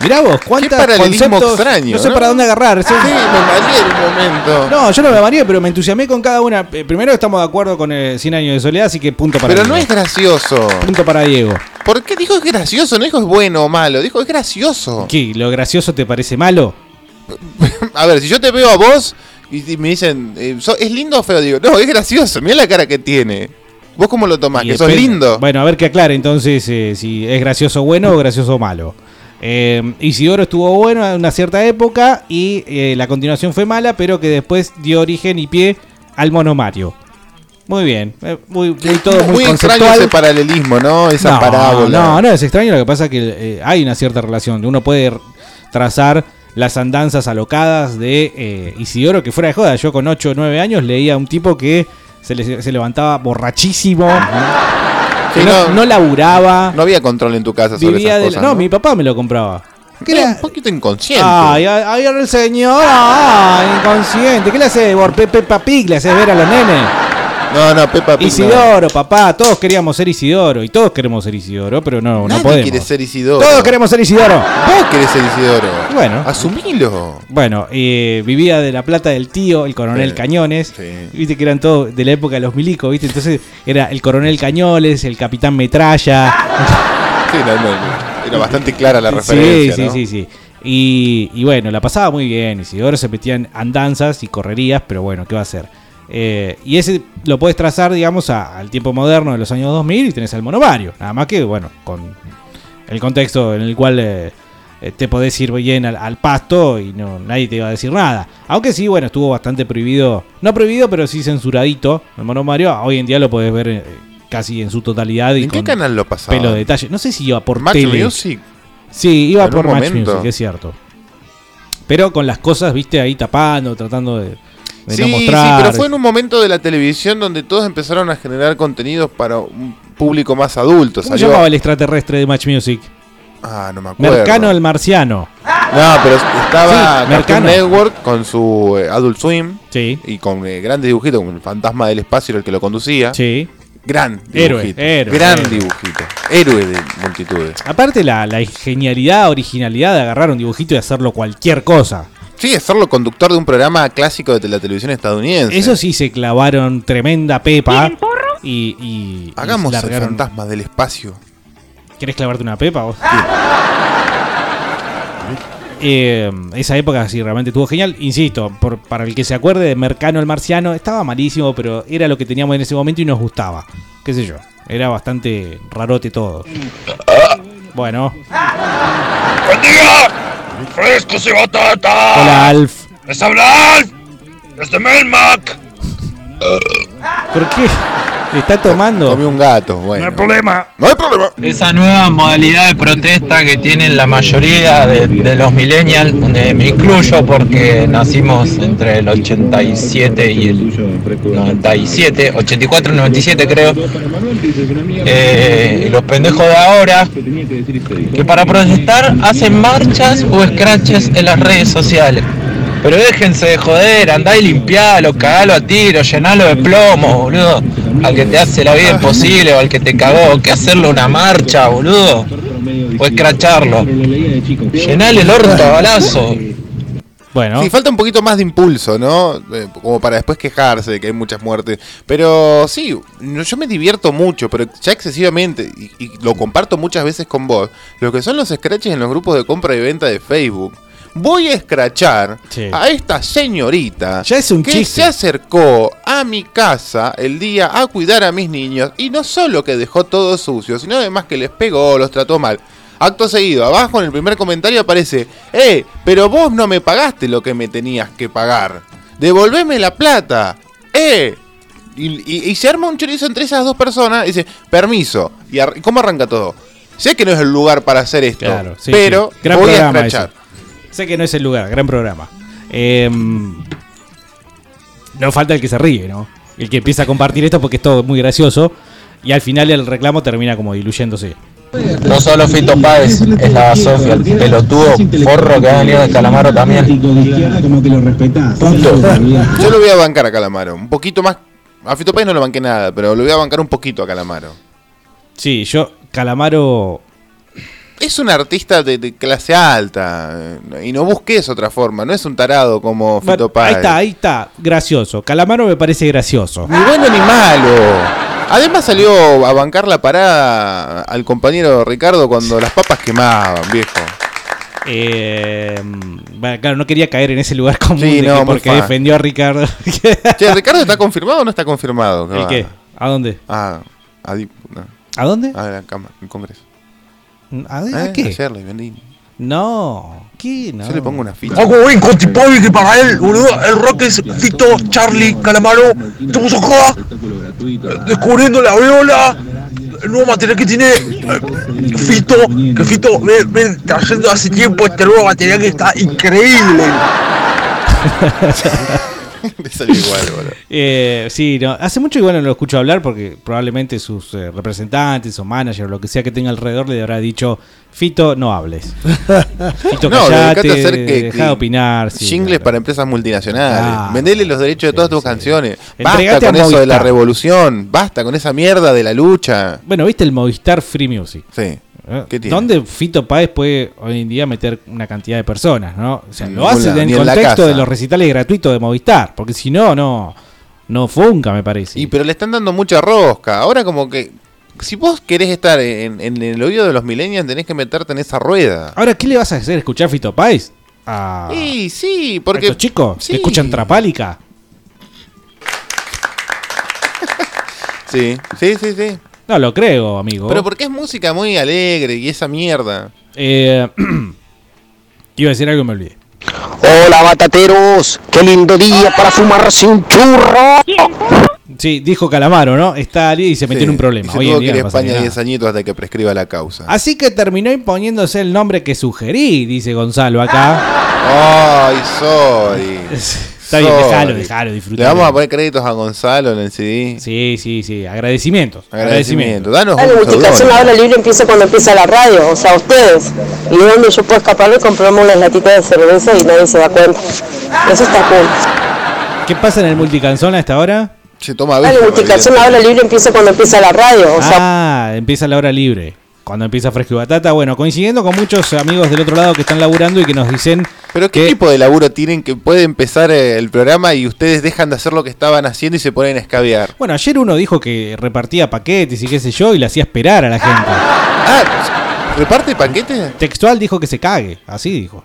Mirá vos, cuántos paralelismo conceptos. extraño, no sé ¿no? para dónde agarrar. sí. Sí, me mareé en un momento. No, yo no me mareé, pero me entusiasmé con cada una. Eh, Primero estamos de acuerdo con el 100 años de soledad, así que punto para pero Diego. no es gracioso. Punto para Diego. ¿Por qué dijo es gracioso? No dijo es bueno o malo. Dijo es gracioso. ¿Qué? ¿Lo gracioso te parece malo? A ver, si yo te veo a vos y, y me dicen, eh, so- ¿es lindo o feo? Digo, no, es gracioso. Mira la cara que tiene. ¿Vos cómo lo tomás? Y ¿Que sos depende- lindo? Bueno, a ver que aclare entonces eh, si es gracioso bueno o gracioso malo. Eh, Isidoro estuvo bueno en una cierta época y eh, la continuación fue mala, pero que después dio origen y pie al Mono Mario. Muy bien, eh, muy, muy todo muy, muy extraño conceptual. ese paralelismo, ¿no? Esa no, parábola. No, no, es extraño, lo que pasa es que eh, hay una cierta relación. Uno puede r- trazar las andanzas alocadas de eh, Isidoro, que fuera de joda, yo con 8 o 9 años leía a un tipo que se, le- se levantaba borrachísimo, que Sí, no, no- no laburaba, No había control en tu casa sobre vivía esas de... la- cosas. no, mi papá me lo compraba. ¿Qué Era le- un poquito inconsciente. Ay, ay, ay, ahora el señor, ay, inconsciente. ¿Qué le hace Bor- Pe- Peppa Pig? ¿Le haces ver a los nenes? No, no, Pepa Pig. no. Isidoro, papá, todos queríamos ser Isidoro y todos queremos ser Isidoro, pero no, Nadie no podemos. quiere ser Isidoro. Todos queremos ser Isidoro. Vos querés ser Isidoro. Bueno. Asumilo. Bueno, eh, vivía de la plata del tío, el coronel Sí, Cañones. sí. Viste que eran todos de la época de los milicos, ¿viste? Entonces era el coronel Cañoles, el capitán Metralla. Sí, no, no, era bastante clara la sí, referencia. sí, ¿no? sí, sí. Y, y bueno, la pasaba muy bien. Isidoro se metían andanzas y correrías, pero bueno, ¿qué va a hacer? Eh, y ese lo podés trazar, digamos, a- al tiempo moderno de los años 2000 y tenés al monomario. Nada más que, bueno, con el contexto en el cual eh, eh, te podés ir bien al, al pasto y no nadie te iba a decir nada. Aunque sí, bueno, estuvo bastante prohibido. No prohibido, pero sí censuradito el monomario. Hoy en día lo podés ver eh, casi en su totalidad. Y ¿En qué con canal lo pasaba? Pelo de detalle. No sé si iba por Max tele. Music. Sí, iba En por un Match momento. Music, es cierto. Pero con las cosas, viste, ahí tapando, tratando de, de Sí, no sí, mostrar. pero fue en un momento de la televisión donde todos empezaron a generar contenidos para un público más adulto. ¿Cómo se salió- llamaba el extraterrestre de Match Music? Ah, no me acuerdo. Mercano el Marciano. No, pero Sí, estaba Cartoon Mercano. Network con su eh, Adult Swim Sí, y con eh, grandes dibujitos, como el fantasma del espacio era el que lo conducía. sí. Gran dibujito. Héroe, héroe, gran héroe. dibujito. Héroe de multitudes. Aparte la, la genialidad, originalidad de agarrar un dibujito y hacerlo cualquier cosa. Sí, hacerlo conductor de un programa clásico de la televisión estadounidense. Eso sí se clavaron tremenda pepa. Y, y- y Hagamos el largaron- fantasma del espacio. ¿Querés clavarte una pepa vos? Eh, esa época sí realmente estuvo genial. Insisto, por- para el que se acuerde de Mercano el Marciano, estaba malísimo, pero era lo que teníamos en ese momento y nos gustaba. ¿Qué sé yo? Era bastante rarote todo. Bueno, ¡Buen día! ¡Frescos y batatas! hola Alf. ¡Les habla Alf! ¡Desde Melmac! ¿Por qué? Está tomando. Comí un gato, bueno. problema. No hay problema. Esa nueva modalidad de protesta que tienen la mayoría de, de los millennials, donde me incluyo porque nacimos entre el 87 y el 97, 84 y 97 creo, eh, los pendejos de ahora, que para protestar hacen marchas o scratches en las redes sociales. Pero déjense de joder, andá y limpialo, cagalo a tiro, llenalo de plomo, boludo. Al que te hace la vida imposible o al que te cagó, que hacerle una marcha, boludo. O escracharlo. Llenale el orto a balazo. Bueno. Sí, falta un poquito más de impulso, ¿no? Eh, Como para después quejarse de que hay muchas muertes. Pero sí, no- yo me divierto mucho, pero ya excesivamente, y, y lo comparto muchas veces con vos, lo que son los scratches en los grupos de compra y venta de Facebook. Voy a escrachar Sí. a esta señorita Ya es un que chiste. se acercó a mi casa el día a cuidar a mis niños y no solo que dejó todo sucio, sino además que les pegó, los trató mal. Acto seguido, abajo en el primer comentario aparece, eh, pero vos no me pagaste lo que me tenías que pagar. Devolveme la plata. Eh. Y, y- y se arma un chorizo entre esas dos personas y dice, permiso. ¿Y ar- cómo arranca todo? Sé que no es el lugar para hacer esto, Claro, sí, pero sí. Gran voy a programa escrachar. ese. Sé que no es el lugar, gran programa. Em, no falta el que se ríe, ¿no? El que empieza a compartir esto porque es todo muy gracioso. Y al final el reclamo termina como diluyéndose. No solo Fito Páez, es la Sofía, el pelotudo forro que ha venido de Calamaro también. Como que lo respetás. Yo lo voy a bancar a Calamaro. Un poquito más. A Fito Páez no lo banqué nada, pero lo voy a bancar un poquito a Calamaro. Sí, yo, Calamaro. Es un artista de, de clase alta. eh, Y no busques otra forma. No es un tarado como Fito Ahí Páez. está, ahí está. Gracioso. Calamaro me parece gracioso. Ni bueno ni malo. Además salió a bancar la parada al compañero Ricardo cuando las papas quemaban, viejo. Eh, bueno, claro, no quería caer en ese lugar común Sí, de que no, muy porque fan. defendió a Ricardo. Che, ¿Ricardo está confirmado o no está confirmado? ¿El qué? ¿A dónde? Ah, a, di- no. ¿A dónde? A la Cámara, el Congreso. ¿A, dónde? Ah. Eh, ¿A qué? ayer le vendí. No, ¿qué? No. Yo le pongo una ficha. Hago güey con Tipovi que para él, boludo, el rock es Fito, Charlie, Calamaro, estamos acá eh, descubriendo la viola, el nuevo material que tiene eh, Fito, que Fito ven, ven trayendo hace tiempo este nuevo material que está increíble. Oh. Le salió igual, boludo. Eh, sí, no, hace mucho igual no lo escucho hablar porque probablemente sus eh, representantes o managers o lo que sea que tenga alrededor le habrá dicho, Fito, no hables. Fito, No, callate, dedicate a hacer que- dejá de que- opinar. sí, Jingles para empresas multinacionales. Ah, Vendele los derechos de todas tus canciones. Entregate Basta a con eso de la Movistar. revolución. Basta con esa mierda de la lucha. Bueno, ¿viste el Movistar Free Music? Sí. ¿Eh? ¿Qué tiene? Donde Fito Páez puede hoy en día meter una cantidad de personas, ¿no? O sea, En lo ningún hace lado, en ni el en la contexto casa. de los recitales gratuitos de Movistar, porque si no, no, no funca, me parece. Y pero le están dando mucha rosca. Ahora como que... Si vos querés estar en, en el oído de los millennials, tenés que meterte en esa rueda. Ahora, ¿qué le vas a hacer escuchar Fito Páez? A, Y sí, a porque... estos chicos sí. que escuchan Trapálica. Sí, sí, sí, sí. No lo creo, amigo. Pero porque es música muy alegre y esa mierda. Eh, iba a decir algo y me olvidé. Hola batateros, qué lindo día para fumarse un churro. Sí, dijo Calamaro, ¿no? Está ali y se metió Sí. en un problema. Y se Hoy en tuvo día que ir no a pasa ni España nada. 10 añitos hasta que prescriba la causa. Así que terminó imponiéndose el nombre que sugerí, dice Gonzalo Ah. acá. Ah. Ay, sorry. Está bien, dejalo, dejalo, disfrutalo. Le vamos a poner créditos a Gonzalo en el CD. Sí, sí, sí. Agradecimientos. Agradecimiento. agradecimientos. Danos La un multiplicación pseudónimo. ahora libre empieza cuando empieza la radio, o sea, ustedes. Y de donde yo puedo escaparme, compramos las latitas de cerveza y nadie se da cuenta. Eso está cool. ¿Qué pasa en el multicanzón a esta hora? Se toma La multiplicación ahora libre empieza cuando empieza la radio, o sea, Ah, empieza la hora libre. Cuando empieza Fresco y Batata, bueno, coincidiendo con muchos amigos del otro lado que están laburando y que nos dicen Pero ¿qué, tipo de laburo tienen que puede empezar eh, el programa y ustedes dejan de hacer lo que estaban haciendo y se ponen a escabear? Bueno, ayer uno dijo que repartía paquetes y qué sé yo y le hacía esperar a la gente. Ah, ¿reparte paquetes? Textual dijo que se cague, así dijo.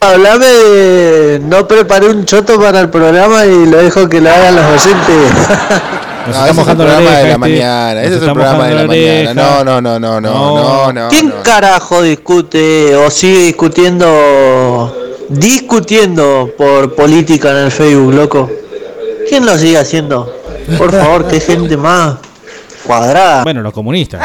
Ah, Hablame de no preparé un choto para el programa y lo dejo que lo hagan los oyentes. Nos No, está Ah, ese es el mojando la programa oreja, de la este. mañana. Nos Ese es el está programa de mojando la la oreja. mañana. No, no, no, no, no, no, no. ¿Quién Ah, no. carajo discute o sigue discutiendo discutiendo por política en el Facebook, loco? ¿Qué déjenlo seguir haciendo. Por favor, qué gente más cuadrada. Bueno, los comunistas.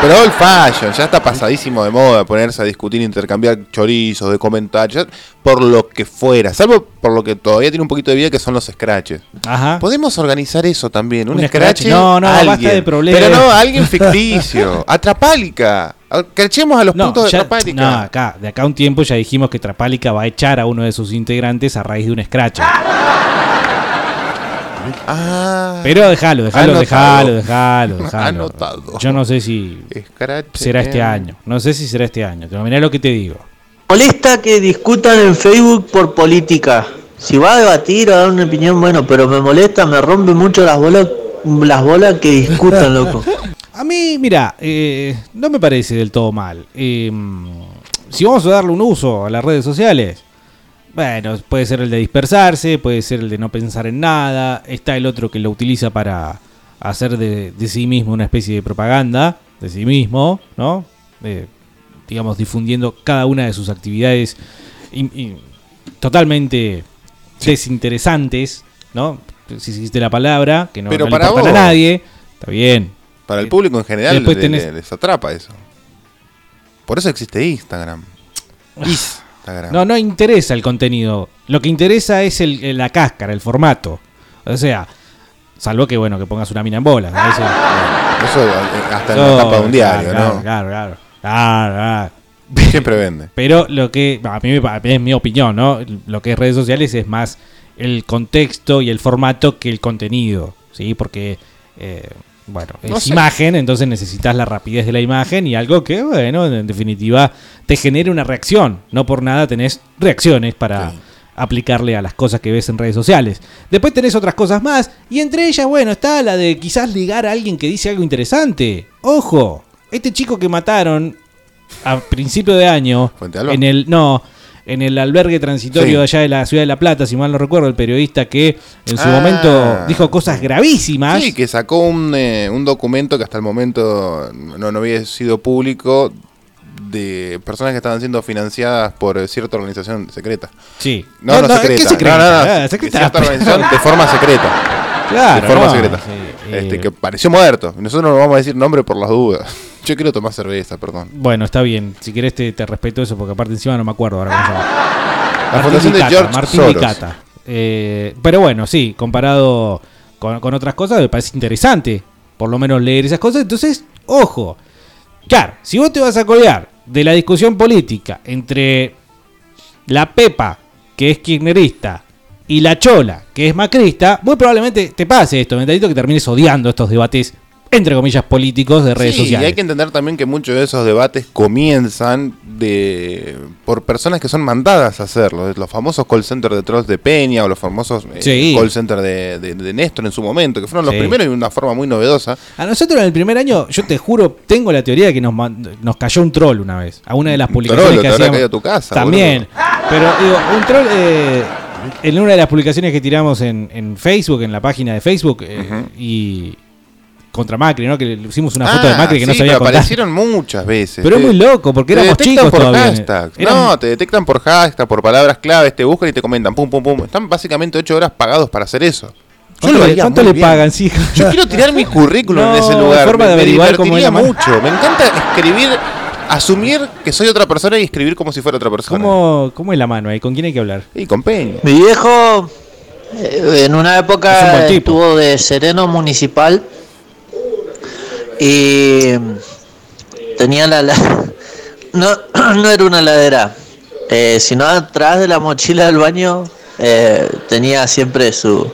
Pero old fashion, ya está pasadísimo de moda ponerse a discutir, intercambiar chorizos de comentarios, ya- por lo que fuera, salvo por lo que todavía tiene un poquito de vida que son los scratches. Ajá. Podemos organizar eso también, un, Ah. Un scratch. scratch. No, no, a basta alguien. de problemas. Pero no, a alguien ficticio. Atrapálica. Crechemos a los puntos de ya- Atrapálica. no, acá, de acá a un tiempo ya dijimos que Trapálica va a echar a uno de sus integrantes a raíz de un scratch. Ah, Pero déjalo, déjalo, Anotado. déjalo, déjalo, déjalo. Anotado. Yo no sé si Scratch será este en- año. No sé si será este año. Pero mirá lo que te digo. Molesta que discutan en Facebook por política. Si va a debatir, a dar una opinión, bueno, pero me molesta, me rompe mucho las bolas, las bolas que discutan, loco. A mí, mira, eh, no me parece del todo mal. Eh, si vamos a darle un uso a las redes sociales, bueno, puede ser el de dispersarse, puede ser el de no pensar en nada. Está el otro que lo utiliza para hacer de, de sí mismo una especie de propaganda, de sí mismo, ¿no? Eh, digamos, difundiendo cada una de sus actividades in- in- totalmente desinteresantes, ¿no? Si existe la palabra, que no, Pero no para le importa vos. a nadie. Está bien. Para el público en general Después le- tenés- le- les atrapa eso. Por eso existe Instagram. Ah. Instagram. No, no interesa el contenido. Lo que interesa es el- el- la cáscara, el formato. O sea, salvo que bueno, que pongas una mina en bola. ¿no? Eso, Eso eh, hasta en la Eso, tapa de claro, un diario, claro, ¿no? Claro, claro, claro, claro. Siempre vende. Pero lo que, a mí, me pa- es mi opinión, ¿no? Lo que es redes sociales es más el contexto y el formato que el contenido, ¿sí? Porque, eh, bueno, es No sé. imagen, entonces necesitas la rapidez de la imagen y algo que, bueno, en definitiva te genere una reacción. No por nada tenés reacciones para aplicarle a las cosas que ves en redes sociales. Después tenés otras cosas más y entre ellas, bueno, está la de quizás ligar a alguien que dice algo interesante. Ojo, este chico que mataron a principio de año en el no en el albergue transitorio Sí. de allá de la ciudad de La Plata, si mal no recuerdo, el periodista que en su Ah. momento dijo cosas gravísimas. Sí, que sacó un, eh, un documento que hasta el momento no, no había sido público de personas que estaban siendo financiadas por eh, cierta organización secreta. Sí. No, no, secreta. ¿qué secreta? No, no, no, Ah, secreta. Cierta organización de forma secreta. Claro, De forma no, secreta. Este, que pareció muerto. Nosotros no vamos a decir nombre por las dudas. Yo quiero tomar cerveza, perdón. Bueno, está bien. Si querés te, te respeto eso, porque aparte encima no me acuerdo ahora cómo se llama. Martín fundación de Licata, George Martín Soros. Licata. Eh, pero bueno, sí, comparado con, con otras cosas, me parece interesante. Por lo menos leer esas cosas. Entonces, ojo. Claro, si vos te vas a colgar de la discusión política entre la Pepa, que es kirchnerista, y la Chola, que es macrista, muy probablemente te pase esto, mentadito, que termines odiando estos debates, entre comillas, políticos de redes Sí, sociales. Y hay que entender también que muchos de esos debates comienzan de por personas que son mandadas a hacerlo. Los famosos call centers de trolls de Peña o los famosos eh, Sí. call centers de, de- de Néstor en su momento, que fueron los Sí. primeros de una forma muy novedosa. A nosotros en el primer año, yo te juro, tengo la teoría de que nos, mand- nos cayó un troll una vez. A una de las publicaciones troll, que te habrá hacíamos. caído a tu casa, También. Pero digo, un troll. eh, en una de las publicaciones que tiramos en, en Facebook, en la página de Facebook, eh, y. Contra Macri, ¿no? Que le hicimos una foto Ah, de Macri que no sí, sabía pero contar. aparecieron muchas veces. Pero es Te- muy loco, porque te éramos detectan chicos por todavía. hashtags. Éramos- No, te detectan por hashtag, por palabras claves, te buscan y te comentan, pum, pum, pum. Están básicamente ocho horas pagados para hacer eso. Yo lo ¿Cuánto, le, haría cuánto muy le bien. pagan? Sí, Yo quiero tirar mi currículum No, en ese lugar. forma me, de me averiguar cómo es divertiría la mano. mucho. Me encanta escribir, asumir que soy otra persona y escribir como si fuera otra persona. ¿Cómo, ¿Cómo es la mano ahí? ¿Con quién hay que hablar? Y con Peña. Mi viejo eh, en Es una un buen época tipo. estuvo de sereno municipal y tenía la, la- no, no era una ladera, eh, sino atrás de la mochila del baño eh, tenía siempre su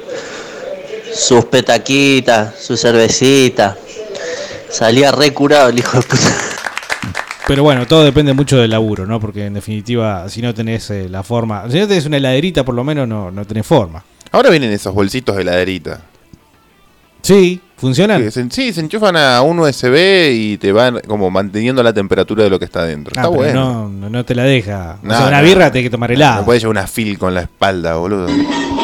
sus petaquitas, su cervecita. Salía re curado el hijo de puta. Pero bueno, todo depende mucho del laburo, ¿no? Porque en definitiva, si no tenés eh, la forma, si no tenés una heladerita por lo menos, no, no tenés forma. Ahora vienen esos bolsitos de laderita. Sí, funcionan. Que se- sí, se enchufan a un USB y te van como manteniendo la temperatura de lo que está dentro. Ah, está pero bueno. no, Ah. no, no te la deja. O No, sea, una no. birra tenés que tomar helada. No puedes llevar una fil con la espalda, boludo.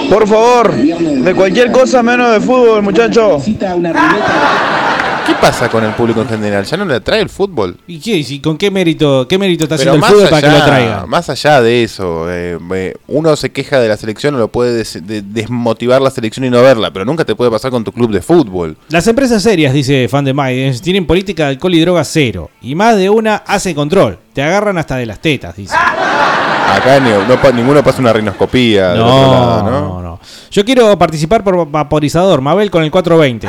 Por favor, de cualquier cosa menos de fútbol, muchacho. ¿Qué pasa con el público en general? ¿Ya no le atrae el fútbol? ¿Y qué? ¿Y si- con qué mérito, qué mérito está Pero haciendo el más fútbol allá, para que lo traiga? más allá de eso, eh, eh, uno se queja de la selección o lo puede des- de- desmotivar la selección y no verla, pero nunca te puede pasar con tu club de fútbol. Las empresas serias, dice Fan de Maiden, tienen política de alcohol y droga cero. Y más de una hace control. Te agarran hasta de las tetas, dice. Acá ni- no pa- ninguno pasa una rinoscopía. del No, otro lado, ¿no? Yo quiero participar por vaporizador, Mabel con el 420.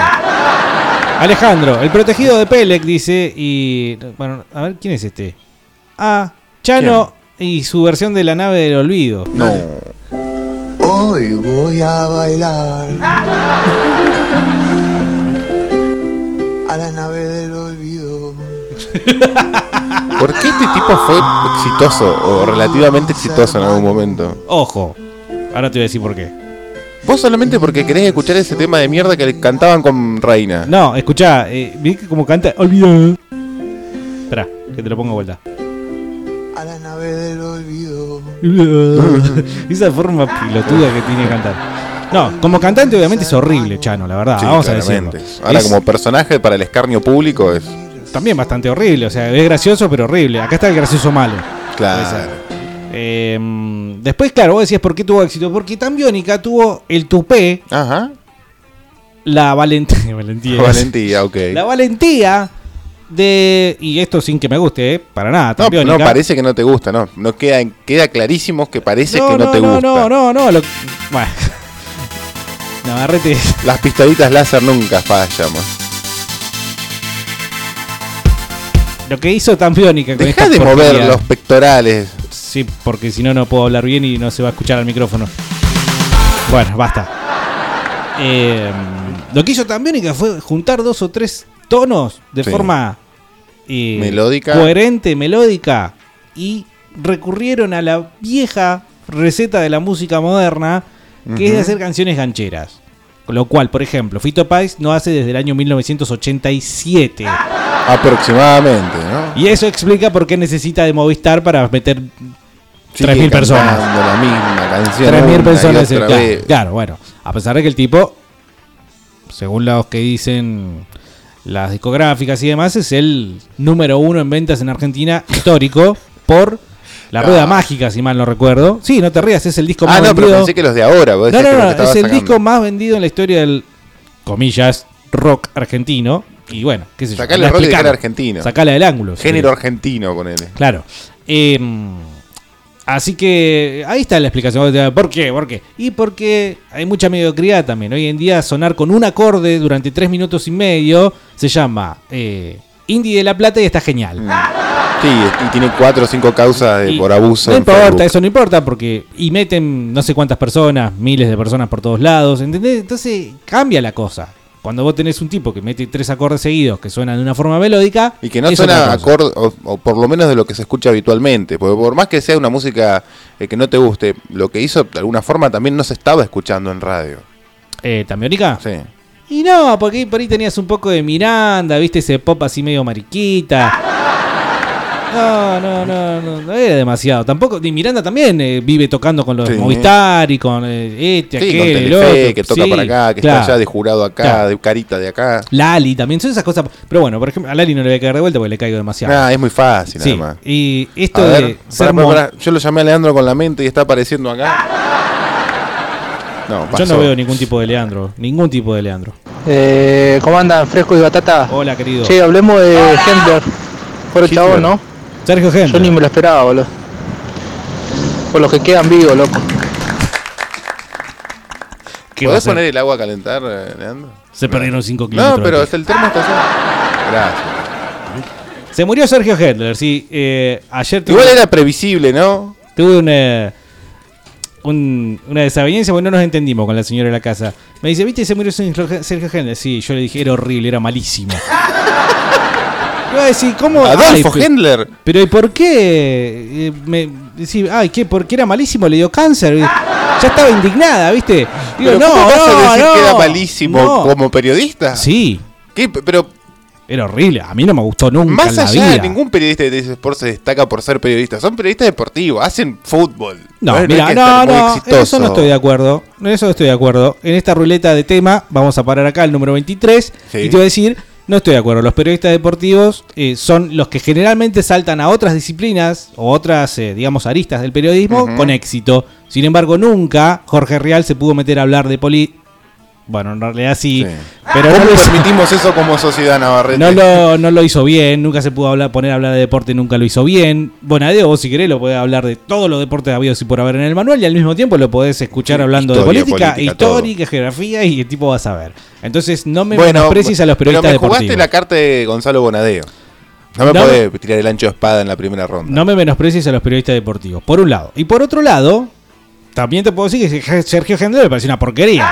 Alejandro, el protegido de Pelec, dice. Y. Bueno, a ver, ¿quién es este? Ah, Chano y su versión de la nave del olvido. No. Hoy voy a bailar. A la nave del olvido. ¿Por qué este tipo fue exitoso o relativamente exitoso en algún momento? Ojo, ahora te voy a decir por qué. Vos solamente porque querés escuchar ese tema de mierda que le cantaban con Reina. No, escuchá, eh, vi que como canta. Olvido. Espera, que te lo pongo de vuelta. A la nave del olvido. Esa forma pilotuda que tiene que cantar. No, como cantante, obviamente es horrible, Chano, la verdad. Sí, Vamos a claramente. decirlo. Ahora Es- como personaje para el escarnio público es... también bastante horrible. O sea, es gracioso, pero horrible. Acá está el gracioso malo. Claro. Esa. Eh, después, claro, vos decías por qué tuvo éxito. Porque tan biónica tuvo el tupé. Ajá. La valentía. valentía. Valentía, ok. La valentía de. Y esto sin que me guste, eh, para nada. No, Tan biónica. no, parece que no te gusta, no. No queda, queda clarísimo que parece No, que no, no, te no, gusta. no, no, no, lo- Bueno. Navarrete. Las pistolitas láser nunca fallamos. Lo que hizo tan biónica. con Deja esta de mover porquería. los pectorales. Sí, porque si no, no puedo hablar bien y no se va a escuchar al micrófono. Bueno, basta. Eh, lo que hizo también es que fue juntar dos o tres tonos de Sí. forma eh, Melódica. coherente, melódica, y recurrieron a la vieja receta de la música moderna, que es de Ujú. hacer canciones gancheras. Con lo cual, por ejemplo, Fito Páez no hace desde el año 1987. Aproximadamente, ¿no? Y eso explica por qué necesita de Movistar para meter Sigue 3.000 personas. cantando La misma canción. 3.000 una y personas otra cerca. vez. Claro, bueno. A pesar de que el tipo, según los que dicen las discográficas y demás, es el número uno en ventas en Argentina histórico por La Ah. Rueda Mágica, si mal no recuerdo. Sí, no te rías, es el disco más Ah, no, pero vendido. pensé que los de ahora. vos no, decías no, que los no, que es estabas el sacando. disco más vendido en la historia del, comillas, rock argentino. Y bueno, qué sé yo. Sacale andá rock y explicando. dejala argentino. Sacala del ángulo. si Género querés. argentino, ponele. Claro. Eh, así que ahí está la explicación. ¿Por qué? ¿Por qué? Y porque hay mucha mediocridad también. Hoy en día sonar con un acorde durante tres minutos y medio se llama eh, Indie de la Plata y está genial. Sí, y tiene cuatro o cinco causas de- Mm. por abuso. No en importa, Facebook. eso no importa porque... Y meten no sé cuántas personas, miles de personas por todos lados, ¿entendés? Entonces cambia la cosa. Cuando vos tenés un tipo que mete tres acordes seguidos que suenan de una forma melódica... Y que no es suena otra cosa. acorde, o, o por lo menos de lo que se escucha habitualmente. Porque por más que sea una música eh, que no te guste, lo que hizo de alguna forma también no se estaba escuchando en radio. Eh, ¿Tambiónica? Sí. Y no, porque ahí por ahí tenías un poco de Miranda, viste ese pop así medio mariquita. No, no, no, no, no era demasiado. Tampoco, y Miranda también eh, vive tocando con los Sí. Movistar y con eh, este, Sí, aquel, con el Telefe, otro. que toca Sí, para acá, que claro. está allá de jurado acá, Claro. de carita de acá. Lali también, son esas cosas. Pero bueno, por ejemplo, a Lali no le voy a caer de vuelta porque le caigo demasiado. Ah, es muy fácil, Sí, además. Y esto A de ver, ser pará, pará, mon- pará. Yo lo llamé a Leandro con la mente y está apareciendo acá. No, pasó. Yo no veo ningún tipo de Leandro, ningún tipo de Leandro. Eh, ¿Cómo andan? ¿Fresco y batata? Hola, querido. Che, hablemos de Hendler. Por el chabón, ¿no? Sergio Hendler. Yo ni me lo esperaba, boludo. Por los que quedan vivos, loco. ¿Qué va a ¿Podés hacer? poner el agua a calentar, eh, Leandro? Se perdieron 5 No, kilómetros. pero de es el termo está solo. Gracias. Se murió Sergio Hendler, sí. Eh, ayer Igual era previsible, ¿no? Tuve una, un- una desaveniencia porque no nos entendimos con la señora de la casa. Me dice, ¿viste? Se murió Sergio Sergio Hendler. Sí, yo le dije, era horrible, era malísimo. Iba a decir, ¿cómo? Adolfo Ay, pe- Hendler. Pero ¿y por qué? Eh, me decís, ay, ¿qué? ¿Por qué era malísimo? Le dio cáncer. Ya estaba indignada, ¿viste? Digo, Pero no, ¿cómo vas a no, decir no, que era malísimo no". como periodista? Sí. ¿Qué? P- Pero Era horrible, a mí no me gustó nunca en más la allá vida. de ningún periodista de Sport se destaca por ser periodista. Son periodistas deportivos, hacen fútbol. No, hay mira, que no, estar muy no, en exitoso. eso no estoy de acuerdo. En eso estoy de acuerdo. En esta ruleta de tema, vamos a parar acá el número 23 Sí. y te voy a decir No estoy de acuerdo. Los periodistas deportivos eh, son los que generalmente saltan a otras disciplinas o otras, eh, digamos, aristas del periodismo Ujú. con éxito. Sin embargo, nunca Jorge Real se pudo meter a hablar de poli. Bueno, en realidad sí. Pero ¿Cómo no lo, permitimos eso como sociedad navarrete? no, lo, no lo hizo bien. Nunca se pudo hablar, poner a hablar de deporte. Nunca lo hizo bien. Bonadeo, vos si querés, lo podés hablar de todos los deportes habidos y por haber en el manual. Y al mismo tiempo lo podés escuchar hablando de historia, política, política, todo. histórica, geografía. Y el tipo va a saber. Entonces, no me menosprecies a los pero periodistas me jugaste deportivos. la carta de Gonzalo Bonadeo. No me No podés tirar el ancho de espada en la primera ronda. No me menosprecies a los periodistas deportivos, por un lado. Y por otro lado, también te puedo decir que Ge- Sergio Gendero me pareció una porquería.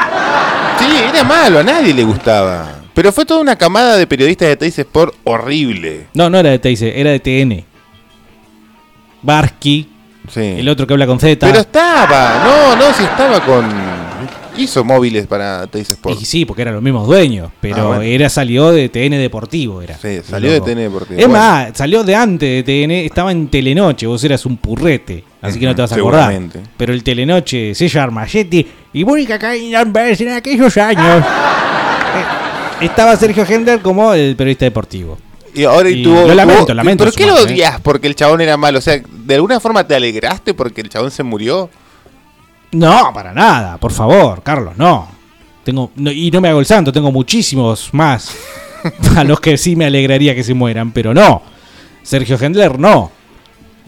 Sí, era malo, a nadie le gustaba. Pero fue toda una camada de periodistas de Teis Sport horrible. No, no era de Teise, era de TN. Barsky, el otro que habla con Z. Pero estaba, no, no, si estaba con. Hizo móviles para Teis Sport. y sí, porque eran los mismos dueños, pero Ah, bueno. era salió de TN Deportivo. Era. Sí, salió de Loco. TN Deportivo. Es Bueno, más, salió de antes de TN, estaba en Telenoche, vos eras un purrete, así que no te vas a acordar. Seguramente. Pero el Telenoche, César Armagetti y Mónica Cainambers en aquellos años. eh, estaba Sergio Hendler como el periodista deportivo. Y ahora Y y tuvo. lo lamento, tuvo- lamento ¿Pero su qué lo muerte, eh? odias? Porque el chabón era malo. O sea, ¿de alguna forma te alegraste porque el chabón se murió? No, para nada, por favor, Carlos, no. Tengo, no- Y no me hago el santo, tengo muchísimos más a los que sí me alegraría que se mueran, pero no. Sergio Hendler no.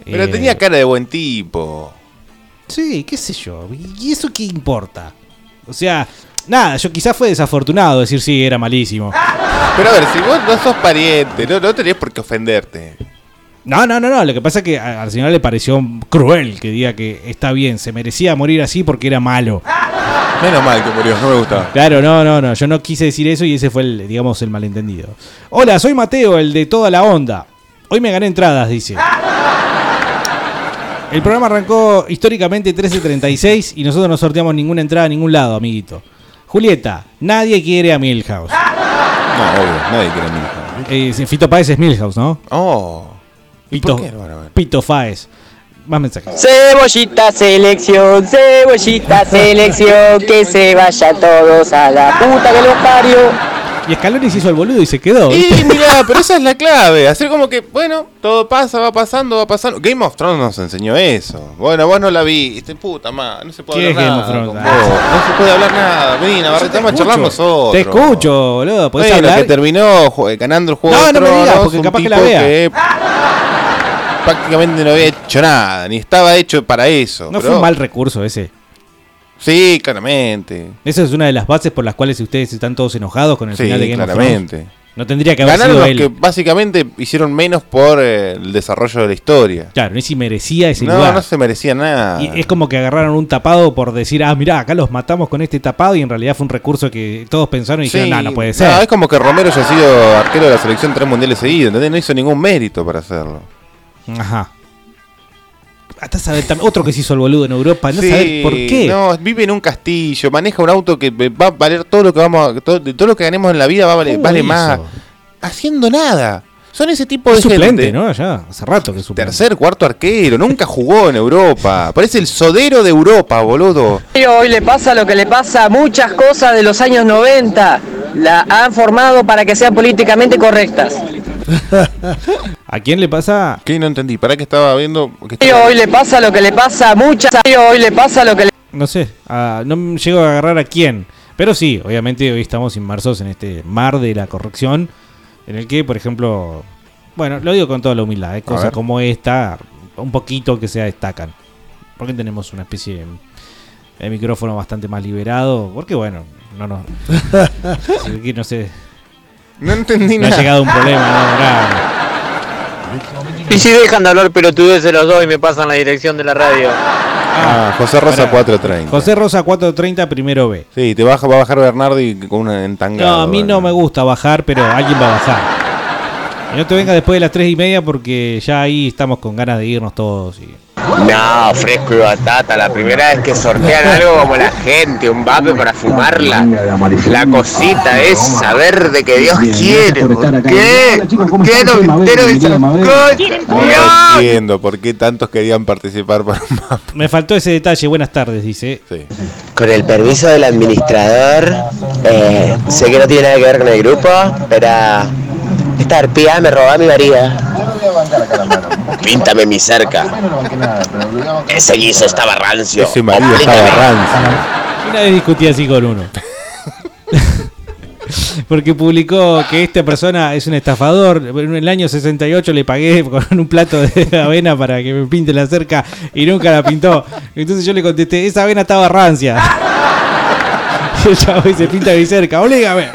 Pero Eh, tenía cara de buen tipo. Sí, qué sé yo. ¿Y eso qué importa? O sea, nada, yo quizás fue desafortunado decir sí, era malísimo. Pero a ver, si vos no sos pariente, no, no tenés por qué ofenderte. No, no, no, no. Lo que pasa es que a- al señor le pareció cruel que diga que está bien, se merecía morir así porque era malo. Menos mal que murió, no me gustaba. Claro, no, no, no. Yo no quise decir eso y ese fue el, digamos, el malentendido. Hola, soy Mateo, el de toda la onda. Hoy me gané entradas, dice. El programa arrancó históricamente 13.36 y nosotros no sorteamos ninguna entrada a ningún lado, amiguito. Julieta, nadie quiere a Milhouse. No, obvio, nadie quiere a Milhouse. Eh, sí, Fito Páez es Milhouse, ¿no? Oh. Pito, Pito Páez. Más mensajes. Cebollita selección, cebollita selección, que se vaya todos a la puta que los parió. Y Scaloni se hizo el boludo y se quedó. ¿viste? Y mirá, pero esa es la clave. Hacer como que, bueno, todo pasa, va pasando, va pasando. Game of Thrones nos enseñó eso. Bueno, vos no la viste, puta madre. No se puede ¿Qué es hablar Game nada. of Thrones? Ah. con vos. No se puede hablar nada. Vení, Navarrete, vamos a charlar nosotros. Te escucho, boludo. Podés Bueno, hablar. que terminó ju- ganando el juego. No, de no me digas, Tronos, porque un capaz que la tipo vea. prácticamente no había hecho nada, ni estaba hecho para eso. No bro. fue un mal recurso ese. Sí, claramente. Esa es una de las bases por las cuales ustedes están todos enojados con el Sí, final de Game claramente. of Thrones. No tendría que haber Ganaron sido los él. que básicamente hicieron menos por eh, el desarrollo de la historia. Claro, ni si merecía ese No, lugar. no se merecía nada. Y es como que agarraron un tapado por decir, ah, mirá, acá los matamos con este tapado y en realidad fue un recurso que todos pensaron y Sí, dijeron, no, no puede ser. es como que Romero haya sido arquero de la selección tres mundiales seguidos, ¿entendés? No hizo ningún mérito para hacerlo. Ajá. Hasta saber tam- otro que se hizo el boludo en Europa, no Sí, saber por qué. No, vive en un castillo, maneja un auto que va a valer todo lo que vamos a- todo, de todo lo que ganemos en la vida va a valer, ¿Cómo vale hizo? más. Haciendo nada. Son ese tipo de Es suplente, gente. ¿no? Ya, hace rato que es suplente. Tercer, cuarto arquero, nunca jugó en Europa. Parece el sodero de Europa, boludo. Hoy le pasa lo que le pasa a muchas cosas de los años 90. La han formado para que sean políticamente correctas. ¿A quién le pasa? Que no entendí, ¿para qué estaba viendo? Que estaba- Hoy le pasa lo que le pasa a muchas. Hoy le pasa lo que le No sé, ah, no me llego a agarrar a quién. Pero sí, obviamente hoy estamos inmersos en este mar de la corrección, en el que, por ejemplo, bueno, lo digo con toda la humildad, hay cosas ver. como esta, un poquito que se destacan. Porque tenemos una especie de, de micrófono bastante más liberado, porque bueno, no, no, que no sé, No entendí no ha nada. llegado un problema, no, bravo. Y si dejan de hablar pelotudeces los dos y me pasan la dirección de la radio. Ah, José Rosa Pará. 430. José Rosa 430, primero B. Sí, te baja, va a bajar Bernardi con una No, entangada. a mí no me gusta bajar, pero alguien va a bajar. Y no te venga después de las 3 y media porque ya ahí estamos con ganas de irnos todos. y- No, fresco y batata. La primera vez que sortean algo como la gente, un vape para fumarla. La cosita es saber de que Dios quiere. ¿Por qué? ¿Por qué no me entero de esas cosas? No entiendo por qué tantos querían participar para un mapa. Me faltó ese detalle. Buenas tardes, dice. Con el permiso del administrador, eh, sé que no tiene nada que ver con el grupo, pero esta arpía me robó mi varilla. Píntame mi cerca. Ese guiso estaba rancio. Ese marido estaba Una vez discutí así con uno. Porque publicó que esta persona es un estafador. En el año 68 le pagué con un plato de avena para que me pinte la cerca y nunca la pintó. Entonces yo le contesté, esa avena estaba rancia. Y el chavo dice, pinta mi cerca, oblígame.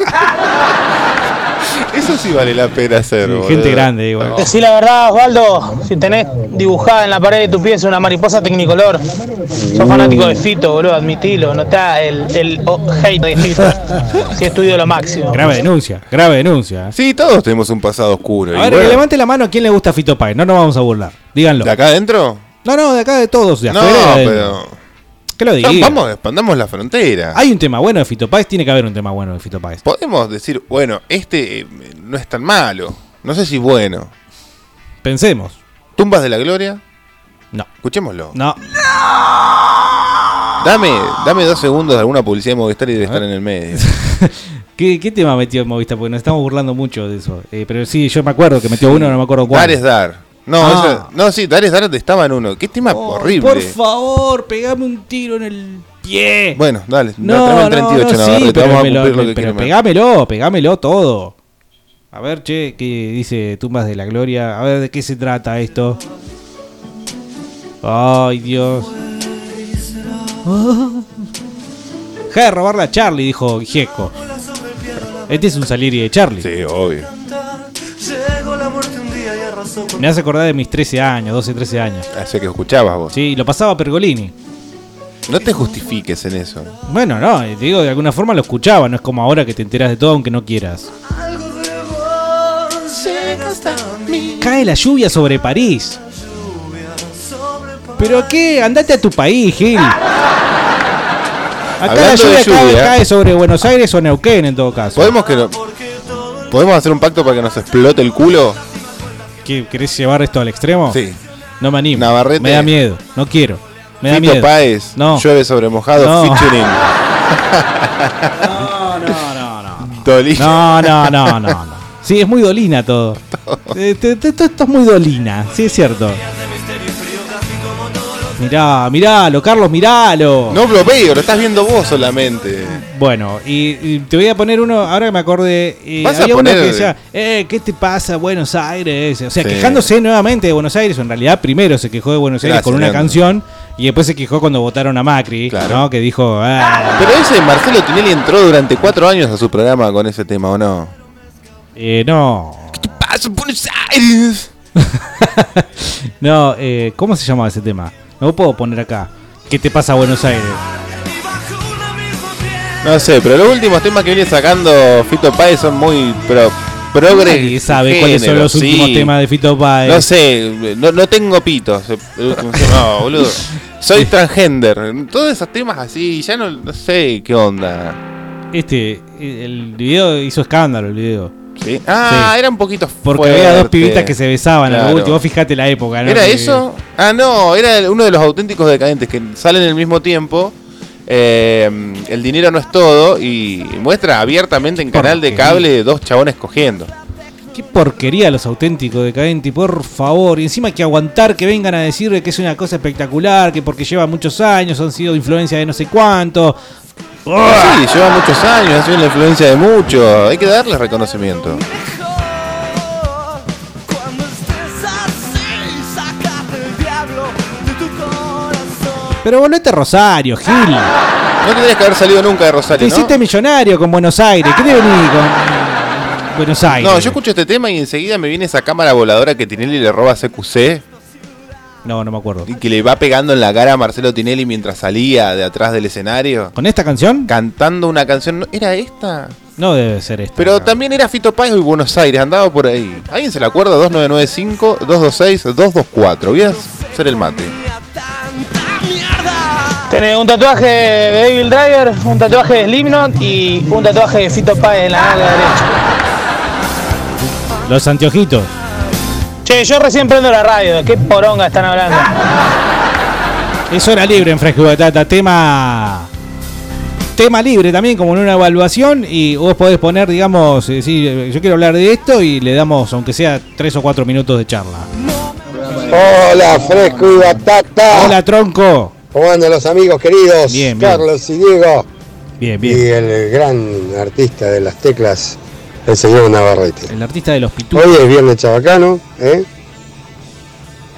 Eso sí vale la pena hacer, boludo. gente grande, igual. No. Decí la verdad, Osvaldo, si tenés dibujada en la pared de tu pieza una mariposa tecnicolor, sos fanático de Fito, boludo, admitilo, no está el, el o- hate de Fito. Si estudio lo máximo. Grave denuncia, grave denuncia. Sí, todos tenemos un pasado oscuro. A ver, que levante la mano a quién le gusta Fito Páez, no nos vamos a burlar. Díganlo. ¿De acá adentro? No, no, de acá de todos, de No, afuera. de adentro. pero. Que lo diga. No, vamos, expandamos la frontera. Hay un tema bueno de Fito Páez, tiene que haber un tema bueno de Fito Páez. Podemos decir, bueno, este eh, no es tan malo. No sé si bueno. Pensemos. ¿Tumbas de la Gloria? No. Escuchémoslo. No. Dame, dame dos segundos de alguna publicidad de Movistar y debe estar en el medio. ¿Qué, qué tema metió en Movistar? Porque nos estamos burlando mucho de eso. Eh, pero sí, yo me acuerdo que metió uno, no me acuerdo cuál. Dar es dar. No, Ah. eso- no, sí, dar es dar estaba en uno. Qué tema horrible. Oh, Por favor, pegame un tiro en el pie. Bueno, dale. No, tráeme no, el 38 no, Navarro, sí, te pero, vamos a me lo- cumplir lo me- que pero quieras. pegámelo, pegámelo todo. A ver, che, que dice Tumbas de la Gloria. A ver, ¿de qué se trata esto? Ay, Dios. Deja de robarla a Charlie, dijo Gieco. Este es un salir de Charlie. Sí, obvio. Me hace acordar de mis 13 años, 12, 13 años. Así que escuchabas vos. Sí, lo pasaba Pergolini. No te justifiques en eso. Bueno, no, eh, te digo, de alguna forma lo escuchaba, no es como ahora que te enteras de todo aunque no quieras. Cae la lluvia sobre París. ¿Pero qué? Andate a tu país, Gil. Acá la Hablando de lluvia, cae, lluvia. cae sobre Buenos Aires o Neuquén en todo caso. ¿Podemos que no- ¿Podemos hacer un pacto para que nos explote el culo? ¿Qué, ¿Querés llevar esto al extremo? Sí. No me animo. Navarrete. Me da miedo, no quiero. Me da Fito miedo. Páez, No. llueve sobre mojado, No. featuring. Dolina. No, no, no, no, no. Sí, es muy dolina todo. Eh, te- te- Esto esto es muy dolina, sí es cierto. Mirá, miralo, Carlos, miralo. No lo veo, lo estás viendo vos solamente. Bueno, y, y te voy a poner uno, ahora que me acordé. eh, Vas a había uno poner- que decía, eh, ¿qué te pasa, Buenos Aires? O sea, Sí. quejándose nuevamente de Buenos Aires, o en realidad primero se quejó de Buenos Aires Gracias, con una Leandro. canción y después se quejó cuando votaron a Macri, ¿no? Que dijo, ah, Pero ese Marcelo Tinelli entró durante cuatro años a su programa con ese tema, ¿o no? eh, no. ¡Paso Buenos Aires! No, eh, ¿cómo se llamaba ese tema? No lo puedo poner acá. ¿Qué te pasa, Buenos Aires? No sé, pero los últimos temas que viene sacando Fito Páez son muy pro, progres Nadie sabe de cuáles son género, los sí. últimos temas de Fito Páez. No sé, no, no tengo pitos. el último tema, No, boludo. Soy transgender. Todos esos temas así, ya no, no sé qué onda. Este, el video hizo escándalo, el video. ¿Sí? Ah, era un poquito Porque fuerte. había dos pibitas que se besaban a Claro. lo último. Vos fijate la época, ¿no? ¿Era Que- eso? Ah, no, era el- uno de los auténticos decadentes que salen al mismo tiempo. eh, el dinero no es todo y muestra abiertamente en canal de cable dos chabones cogiendo. Qué porquería los auténticos decadentes, por favor. Y encima hay que aguantar que vengan a decir que es una cosa espectacular, que porque lleva muchos años, han sido influencia de no sé cuánto. Sí, lleva muchos años, ha sido la influencia de muchos. Hay que darle reconocimiento. Pero volvete a Rosario, Gil. No tendrías que haber salido nunca de Te Rosario, ¿no? hiciste millonario con Buenos Aires. ¿Qué te venís con Buenos Aires? No, yo escucho este tema y enseguida me viene esa cámara voladora que Tinelli le roba a CQC. No, no me acuerdo. Y que le va pegando en la cara a Marcelo Tinelli mientras salía de atrás del escenario. ¿Con esta canción? Cantando una canción. ¿No ¿Era esta? No debe ser esta. Pero también era Fito Páez y Buenos Aires, andaba por ahí. ¿Alguien se la acuerda? 2995, 226, 224. Voy a hacer el mate. Tenés un tatuaje de Devil Driver, un tatuaje de Slipknot y un tatuaje de Fito Páez en la nalga derecha. Los anteojitos. Che, yo recién prendo la radio, qué poronga están hablando. Es hora libre en Fresco y Batata. Tema. Tema libre también, como en una evaluación. Y vos podés poner, digamos, eh, decir, yo quiero hablar de esto y le damos, aunque sea tres o cuatro minutos de charla. Hola, fresco y batata. Hola, tronco. ¿Cómo andan los amigos queridos? Bien, bien. Carlos y Diego. Bien, bien. Y el gran artista de las teclas, el señor Navarrete. El artista de los pitufos. Hoy es viernes chabacano, ¿eh?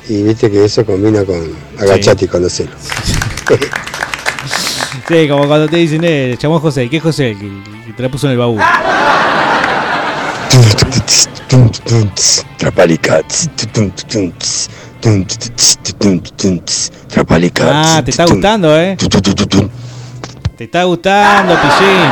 Y viste que eso combina con agachate y conocelo. Sí, como cuando te dicen, eh, llamó a José. ¿Qué es José? Que, que te la puso en el baúl. Trapalica. Trapalica. Ah, te está gustando, eh. Te está gustando, Pichín.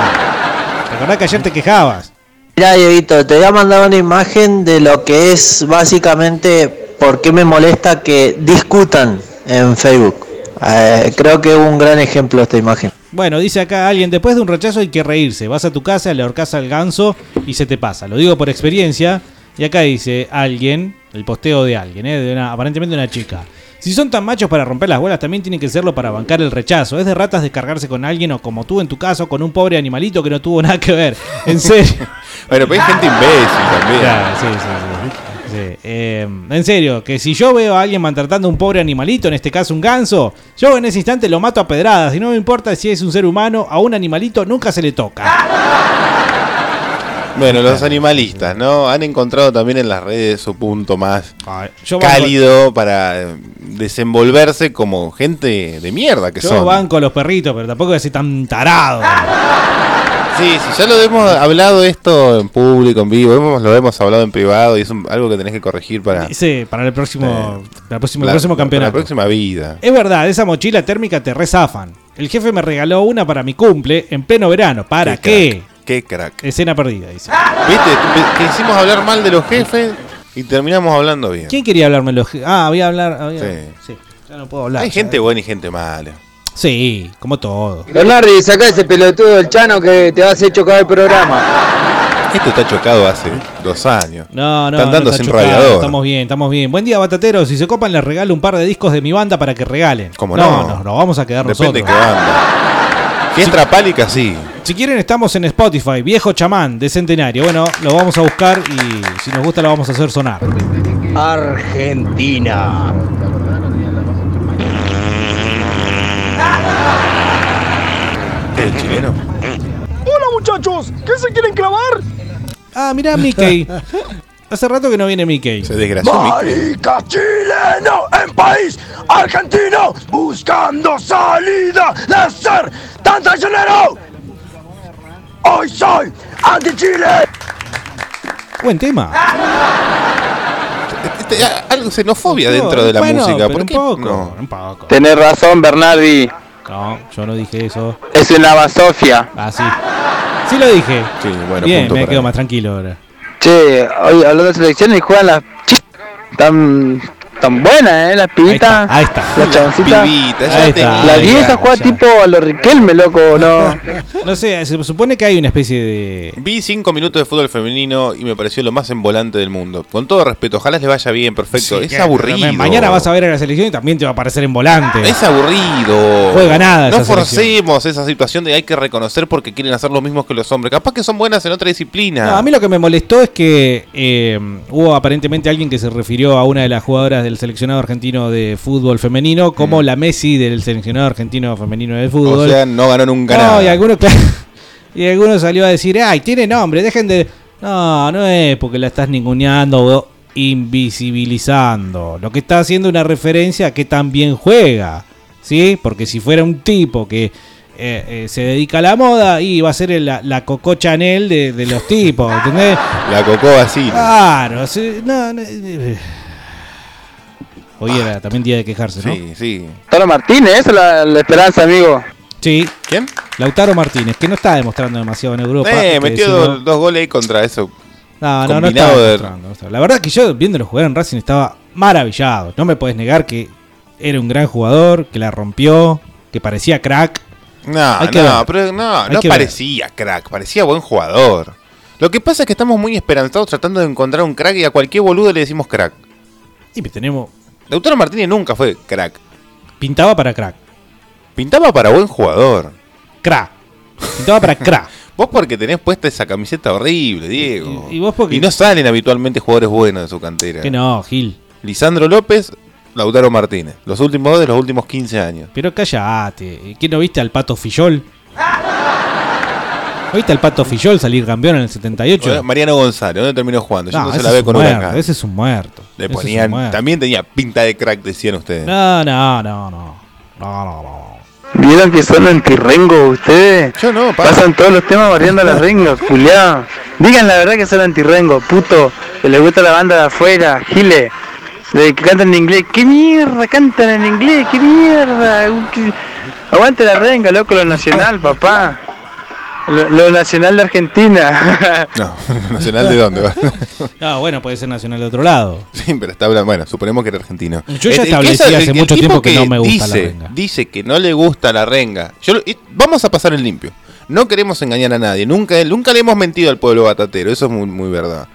¿Te acordás que ayer te quejabas? Mira, Dievito, te voy a mandar una imagen de lo que es básicamente por qué me molesta que discutan en Facebook. Eh, creo que es un gran ejemplo esta imagen. Bueno, dice acá alguien, después de un rechazo hay que reírse. Vas a tu casa, le ahorcas al ganso y se te pasa. Lo digo por experiencia. Y acá dice alguien, el posteo de alguien, ¿eh? de una- aparentemente una chica. Si son tan machos para romper las bolas, también tienen que serlo para bancar el rechazo. Es de ratas descargarse con alguien o como tú en tu caso, con un pobre animalito que no tuvo nada que ver. En serio. Bueno, pero hay gente imbécil también. Claro, sí, sí, sí. Sí, eh, en serio, que si yo veo a alguien maltratando a un pobre animalito, en este caso un ganso, yo en ese instante lo mato a pedradas y no me importa si es un ser humano, a un animalito nunca se le toca. Bueno, los animalistas, ¿no? Han encontrado también en las redes su punto más yo banco- cálido para eh, desenvolverse como gente de mierda que Yo son. banco a los perritos, pero tampoco voy a ser tan tarado. Sí, sí, ya lo hemos hablado esto en público, en vivo, hemos- lo hemos hablado en privado y es un- algo que tenés que corregir para Sí, para el próximo, para el próximo, el la- próximo para campeonato. la próxima vida. Es verdad, esa mochila térmica te rezafan. El jefe me regaló una para mi cumple en pleno verano. ¿Para qué? Qué crack. Escena perdida, dice. ¿Viste? Te- te Quisimos hablar mal de los jefes y terminamos hablando bien. ¿Quién quería hablarme? los je- Ah, voy a hablar. había- Sí. Ya no puedo hablar. Hay gente buena y gente mala. Sí, como todo. Bernardi, saca ese pelotudo del chano que te hace chocar el programa. Esto está chocado hace dos años. No, no, Están dando no está sin chocado, radiador. Estamos bien, estamos bien. Buen día, batateros. Si se copan, les regalo un par de discos de mi banda para que regalen. ¿Cómo no? no? No, no, vamos a quedar Depende de qué nosotros. banda. Si es trapálica, sí. Si quieren, estamos en Spotify, Viejo Chamán de Centenario. Bueno, lo vamos a buscar y si nos gusta, lo vamos a hacer sonar. Argentina. ¿El chileno? Hola muchachos, ¿qué se quieren clavar? Ah, mirá, Mickey. Hace rato que no viene Mickey. Se desgració Marica chileno en país argentino buscando salida de ser tan traicionero. Hoy soy anti-Chile. Buen tema. Este, a- algo xenofobia dentro de la Bueno, música. pero ¿Por un qué? poco, no? un poco. Tenés razón, Bernardi. No, yo no dije eso. Es una basofia. Ah, sí. Sí lo dije. Sí, bueno, bien, punto me para quedo él. más tranquilo ahora. Che, hoy hablando de selecciones y juegan las ch- tan tan buenas, eh, las pibitas. Ahí está. Las chaboncitas. Pibitas, ya Ahí te- está, La ahí 10 está, juega ya. tipo a los Riquelme, loco, no. No sé, se supone que hay una especie de. Vi cinco minutos de fútbol femenino y me pareció lo más embolante del mundo. Con todo respeto, ojalá les vaya bien, perfecto. Sí, es que- aburrido. Mañana vas a ver a la selección y también te va a aparecer en volante. Es aburrido. Juega nada No esa forcemos esa situación de hay que reconocer porque quieren hacer lo mismo que los hombres. Capaz que son buenas en otra disciplina. No, a mí lo que me molestó es que eh, hubo aparentemente alguien que se refirió a una de las jugadoras del seleccionado argentino de fútbol femenino como la Messi del seleccionado argentino femenino de fútbol. Mm. o sea, no ganó nunca No, nada. y algunos, claro, y algunos salió a decir, ay, tiene nombre, dejen de... No, no es porque la estás ninguneando o invisibilizando. Lo que está haciendo una referencia a que también juega. ¿Sí? Porque si fuera un tipo que eh, eh, se dedica a la moda y va a ser el- la, la Coco Chanel de, de los tipos, ¿entendés? La cocó así. Ah, Claro, sí, no, no, eh, Hoy era también día de quejarse, ¿no? Sí, sí. Toro Martínez, esa es la, la esperanza, amigo. Sí. ¿Quién? Lautaro Martínez, que no está demostrando demasiado en Europa. hay Eh, que metió decirlo. dos, dos goles ahí contra eso. No, no, no Combinado estaba de- mostrando, no estaba. La verdad que yo viéndolo jugar en Racing estaba maravillado. No me puedes negar que era un gran jugador, que la rompió, que parecía crack. No, Hay que no, ver. pero no, Hay no que ver. parecía crack, parecía buen jugador. Lo que pasa es que estamos muy esperanzados tratando de encontrar un crack y a cualquier boludo le decimos crack. Y tenemos. Lautaro Martínez nunca fue crack. Pintaba para crack. Pintaba para buen jugador. Crack. Pintaba para crack. Vos porque tenés puesta esa camiseta horrible, Diego. Y- y vos porque- no salen habitualmente jugadores buenos de su cantera. Que no, Gil. Lisandro López, Lautaro Martínez. Los últimos dos de los últimos 15 años. Pero callate. ¿Qué no viste al pato Fillol? ¿No viste al pato Fillol salir campeón en el 78? Mariano González, ¿dónde terminó jugando? No, Yéndose a ese la B es un con muerto. Huracán. Ese es un muerto. ese Le es un ponían, muerto. también tenía pinta de crack, decían ustedes. No, no, no, no. No, no, no. ¿Vieron que son antirrengo ustedes? Yo no, Pasan todos los temas variando las rengas, culiao. Digan la verdad que son antirrengo, puto. Que les gusta la banda de afuera, gile. De que cantan en inglés. ¿Qué mierda cantan en inglés? ¿Qué mierda? Un- que- Aguante la renga, loco, lo nacional, papá. Lo, lo nacional de Argentina. No, ¿Nacional de dónde? No, bueno, puede ser nacional de otro lado. sí, pero está hablando. Bueno, suponemos que era argentino. Yo ya El- el que establecí es- el- hace el mucho tipo tiempo que no me gusta la dice, renga. Dice que no le gusta la renga. Yo, lo- y- vamos a pasar el limpio. No queremos engañar a nadie. Nunca, nunca le hemos mentido al pueblo batatero. Eso es muy, muy verdad.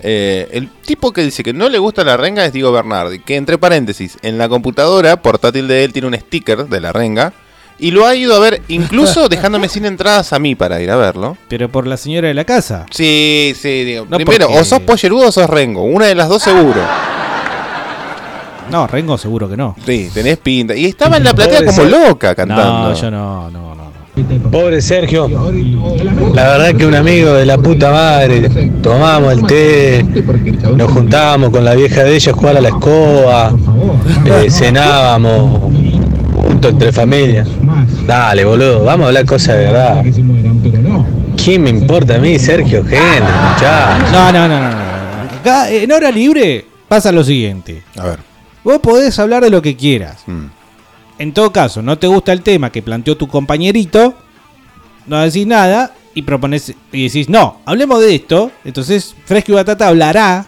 Eh, el tipo que dice que no le gusta la renga es Diego Bernardi. Que entre paréntesis, en la computadora portátil de él tiene un sticker de la renga. Y lo ha ido a ver, incluso dejándome sin entradas a mí para ir a verlo. Pero por la señora de la casa. Sí, sí, digo. No, primero, porque- o sos pollerudo o sos rengo. Una de las dos seguro. No, Rengo seguro que no. Sí, tenés pinta. Y estaba en la platea Pobre como ser- loca cantando. No, yo no, no. Pobre Sergio. La verdad que un amigo de la puta madre. Tomamos el té, nos juntábamos con la vieja de ella a jugar a la escoba, eh, cenábamos juntos entre familias. Dale, boludo, vamos a hablar cosas de verdad. ¿Quién me importa a mí, Sergio Gen? No, no, no, no, no. Acá, en hora libre pasa lo siguiente. A ver. Vos podés hablar de lo que quieras. Mm. En todo caso, no te gusta el tema que planteó tu compañerito, no decís nada y propones y decís, no, hablemos de esto. Entonces, Fresco y Batata hablará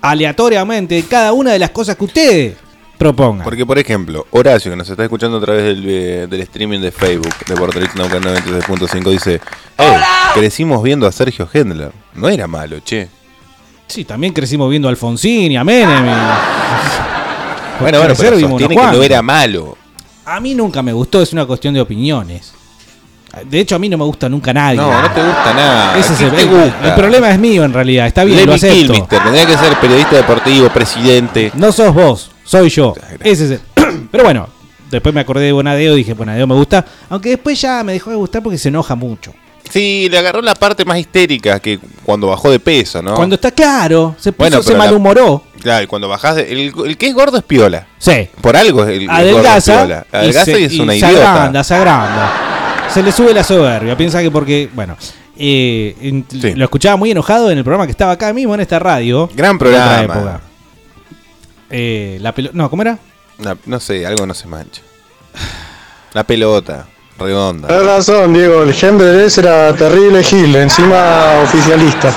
aleatoriamente de cada una de las cosas que ustedes propongan. Porque, por ejemplo, Horacio, que nos está escuchando a través del, eh, del streaming de Facebook de Portalito Naucan 93.5, dice: "Eh, Crecimos viendo a Sergio Hendler. No era malo, che. Pues Sí, también crecimos viendo a Alfonsín y a Menem. y- Bueno, bueno, Crecer pero vimos sostiene unos que no cuantos. era malo. A mí nunca me gustó, es una cuestión de opiniones. De hecho, a mí no me gusta nunca nadie. No, no te gusta nada. Ese es ¿Qué el, te el- gusta? el problema es mío en realidad, está bien, lo Lemmy acepto. Kilmister, tendría que ser periodista deportivo, presidente. No sos vos, soy yo. Ese es el- Pero bueno, después me acordé de Bonadeo, dije, Bonadeo me gusta, aunque después ya me dejó de gustar porque se enoja mucho. Sí, le agarró la parte más histérica que cuando bajó de peso, ¿no? Cuando está claro, se puso, Bueno, se pero la- malhumoró. Claro, y cuando bajás. de- el, el que es gordo es piola. Sí. Por algo es el- el, gordo es Adelgaza. piola. Adelgaza y, se- es una se idiota. agranda, se agranda. Se le sube la soberbia. Piensa que porque, bueno, eh, en- lo escuchaba muy enojado en el programa que estaba acá mismo en esta radio. Gran en programa. otra época. Eh, la pelo- No, ¿cómo era? La- no sé, algo no se mancha. La pelota, Ah. redonda. Tienes razón, Diego. El Hendler ese era terrible Gil, encima oficialista.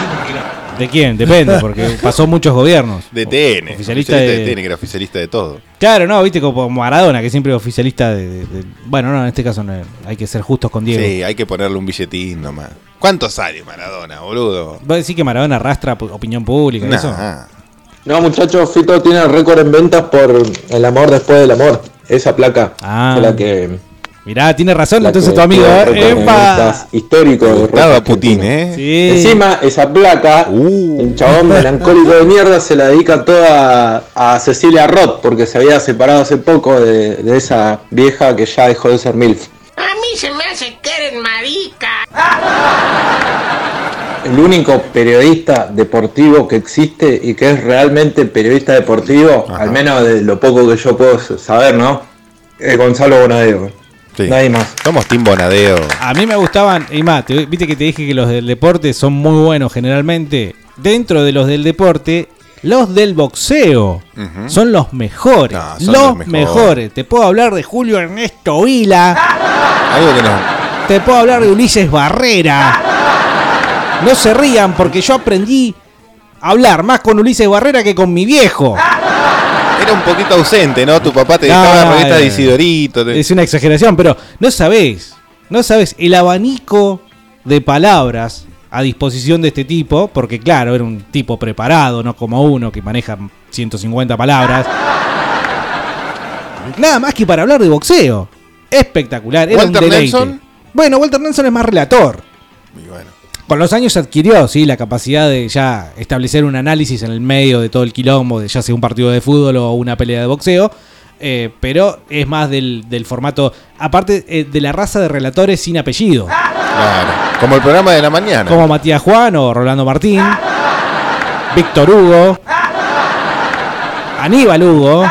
¿De quién? Depende, porque pasó muchos gobiernos. De TN. Oficialista de- TN, que era oficialista de todo. Claro, no, viste, como Maradona, que siempre es oficialista de. de- de- bueno, no, en este caso no, hay que ser justos con Diego. Sí, hay que ponerle un billetín nomás. ¿Cuánto sale Maradona, boludo? ¿Vos decís que Maradona arrastra pu- opinión pública y Nah. eso? No, muchachos, Fito tiene el récord en ventas por El amor después del amor. Esa placa. Ah. Fue la que. Mirá, tiene razón la entonces que tu amigo, tuvo el ¿eh? récord en ¡Epa! ventas Histórico. Estaba Putin, ¿eh? Encima, esa placa, el chabón melancólico de mierda se la dedica toda a, a Cecilia Roth, porque se había separado hace poco de, de esa vieja que ya dejó de ser MILF. A mí se me hace que eres marica. El único periodista deportivo que existe y que es realmente periodista deportivo, al menos de lo poco que yo puedo saber, ¿no? Es Eh, Gonzalo Bonadeo. Nadie más. Somos Tim Bonadeo. A mí me gustaban, y más, te- viste que te dije que los del deporte son muy buenos generalmente. Dentro de los del deporte, los del boxeo Ujú. Ah, son los mejores. son los, los mejores. mejores. Te puedo hablar de Julio Ernesto Vila. Algo que no. Te puedo hablar de Ulises Barrera. No se rían porque yo aprendí a hablar más con Ulises Barrera que con mi viejo. Era un poquito ausente, ¿no? Tu papá te No, dejaba no, la revista no, de no. Isidorito. te- Es una exageración, pero no sabés, no sabés el abanico de palabras a disposición de este tipo, porque claro, era un tipo preparado, no como uno que maneja 150 palabras. Nada más que para hablar de boxeo. Espectacular, era un Walter deleite. Nelson. Bueno, Walter Nelson es más relator. Con los años adquirió, sí, la capacidad de ya establecer un análisis en el medio de todo el quilombo, de ya sea un partido de fútbol o una pelea de boxeo. eh, pero es más del, del formato, aparte eh, de la raza de relatores sin apellido. Claro. Como el programa de la mañana. Como Matías Juan o Rolando Martín, Víctor Hugo, Aníbal Hugo.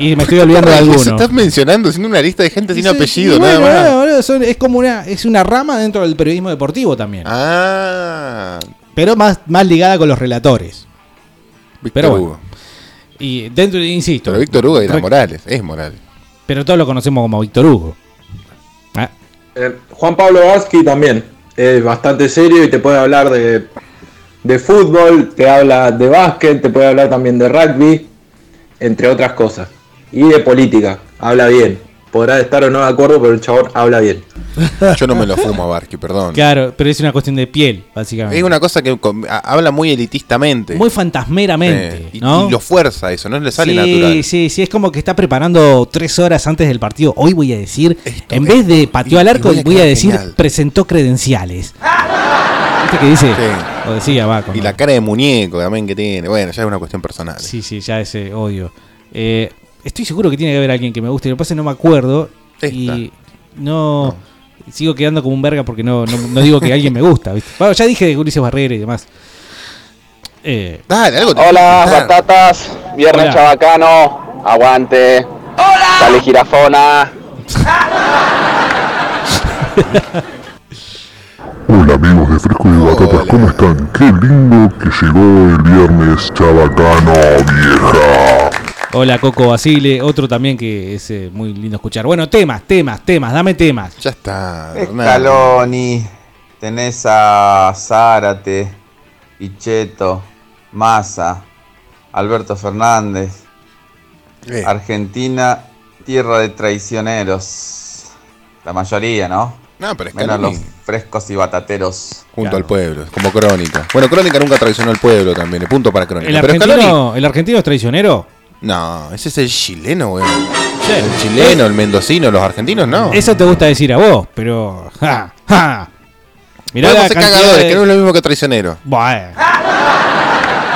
Y me estoy olvidando de Se alguno. Estás mencionando, siendo una lista de gente sin Sí, apellido, y bueno, nada más. bueno, boludo, son- es como una, es una rama dentro del periodismo deportivo también. Ah. Pero más, más ligada con los relatores. pero bueno. Hugo. Y dentro, insisto. Pero Víctor Hugo era Re- Morales, es Morales. Pero todos lo conocemos como Víctor Hugo. Ah, Eh, Juan Pablo Varsky también es bastante serio y te puede hablar de, de fútbol, te habla de básquet, te puede hablar también de rugby, entre otras cosas. Y de política, habla bien. Podrá estar o no de acuerdo, pero el chabón habla bien. Yo no me lo fumo a Barky, perdón. Claro, pero es una cuestión de piel, básicamente. Es una cosa que com- a- habla muy elitistamente. Muy fantasmeramente. Sí, y, ¿no? y lo fuerza eso, no le sale sí, natural. sí, sí, es como que está preparando tres horas antes del partido. Hoy voy a decir, en vez de pateó al arco, voy voy a a, quedar decir, genial. presentó credenciales. ¿Viste que dice? Sí. O decía, va, con- Y la cara de muñeco también que tiene. Bueno, ya es una cuestión personal. Sí, sí, ya ese odio. Eh, estoy seguro que tiene que haber alguien que me guste. Lo que pasa es que no me acuerdo. Y no, Sigo quedando como un verga porque no, no, no digo que alguien me gusta. ¿viste? Bueno, ya dije de Ulises Barrera y demás. Eh, Hola, batatas. Viernes Hola. chabacano. Aguante. Hola. Dale girafona. Hola amigos de Fresco y de Batatas, ¿cómo están? Qué lindo que llegó el viernes chabacano, vieja. hola, Coco Basile. Otro también que es eh, muy lindo escuchar. Bueno, temas, temas, temas. Dame temas. Ya está. Scaloni, tenés a Zárate, Pichetto, Massa, Alberto Fernández. Eh, Ah, Argentina, tierra de traicioneros. La mayoría, ¿no? No, pero Menos Scaloni. los frescos y batateros. Junto al pueblo, como crónica. Bueno, crónica nunca traicionó al pueblo también. el Punto para crónica. ¿El Pero Scaloni- argentino, ¿El argentino es traicionero? No, ese es el chileno, güey. El chileno, el mendocino, los argentinos no. Eso te gusta decir a vos, pero. Ja, ja. Mirá Podemos la ser cantidad cagadores, que no de... es lo mismo que traicionero. Bueno.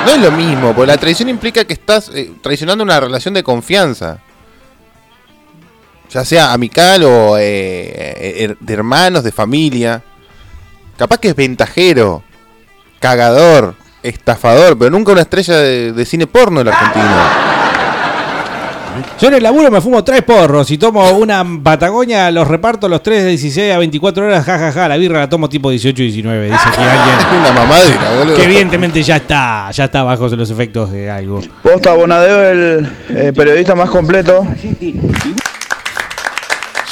No es lo mismo, porque la traición implica que estás eh, traicionando una relación de confianza. Ya sea amical o eh, eh, de hermanos, de familia. Capaz que es ventajero, cagador, estafador, pero nunca una estrella de, de cine porno el argentino. Yo en el laburo me fumo tres porros y tomo una Patagonia, los reparto los tres de 16 a 24 horas, jajaja, la birra la tomo tipo 18 y 19, dice aquí alguien. una mamadera, boludo. Que evidentemente ya está, ya está bajo los efectos de algo. Posta Bonadeo, el eh, periodista más completo.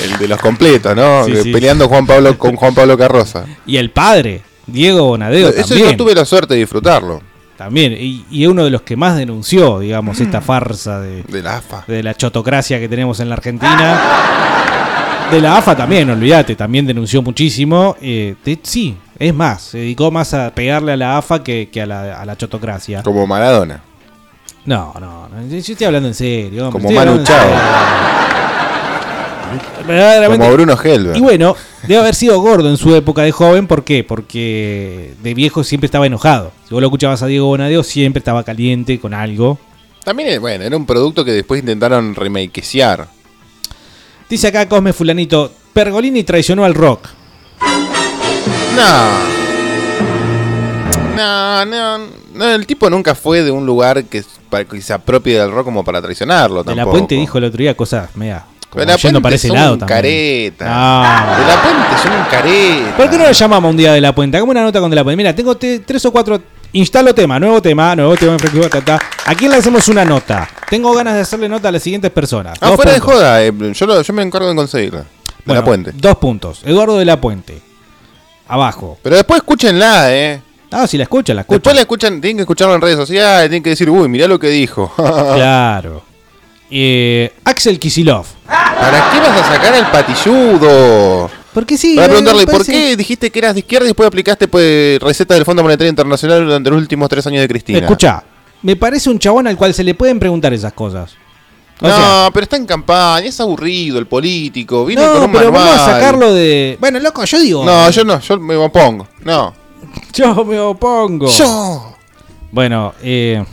El de los completos, ¿no? Eh, Sí, sí. Peleando Juan Pablo con Juan Pablo Carroza. Y el padre, Diego Bonadeo, Eso también. yo tuve la suerte de disfrutarlo. También, y, y es uno de los que más denunció, digamos, Mm. esta farsa de, de la AFA. De la chotocracia que tenemos en la Argentina. De la AFA también, olvídate, también denunció muchísimo. eh, de- sí, es más, se dedicó más a pegarle a la AFA que, que a, la, a la chotocracia. Como Maradona. No, no, no, yo estoy hablando en serio. hombre, Como estoy Manu hablando en serio. Verdaderamente- Como Bruno Helber. Y bueno, debe haber sido gordo en su época de joven, ¿por qué? Porque de viejo siempre estaba enojado. Si vos lo escuchabas a Diego Bonadeo, siempre estaba caliente con algo. También, eh, bueno, era un producto que después intentaron remakesear. Dice acá Cosme Fulanito, Pergolini traicionó al rock. No. No, no, no, el tipo nunca fue de un lugar que, para- que se apropie del rock como para traicionarlo De tampoco. la Puente dijo el otro día cosas, mira, como De la yendo Puente para ese es un lado también. careta. No. De la Puente es un careta. ¿Por qué no lo llamamos un día de la Puente? Hagamos una nota con de la Puente. Mira, tengo te- tres o cuatro. Instalo tema, nuevo tema, nuevo tema. Frankie Batata. ¿A quién le hacemos una nota? Tengo ganas de hacerle nota a las siguientes personas. Ah, Dos fuera de puntos. joda, eh, yo, lo- yo me encargo de conseguirla. De la Bueno, Puente. Dos puntos. Eduardo de la Puente. Abajo. Pero después escúchenla, eh. No, si la escuchan, la escuchan. Después la escuchan, tienen que escucharlo en redes sociales, tienen que decir, uy, mirá lo que dijo. claro. Eh, Axel Kisilov. ¿Para qué vas a sacar al patilludo? Porque sí. Para eh, preguntarle, me ¿por parece- qué dijiste que eras de izquierda y después aplicaste pues, receta del Fondo Monetario Internacional durante los últimos tres años de Cristina? Escucha, me parece un chabón al cual se le pueden preguntar esas cosas. O no, sea- pero está en campaña, es aburrido el político, viene no, con un pero manual. vamos a sacarlo de. Bueno, loco, yo digo. eh, No, yo no, yo me opongo. No. Yo me opongo. Yo. Bueno, eh.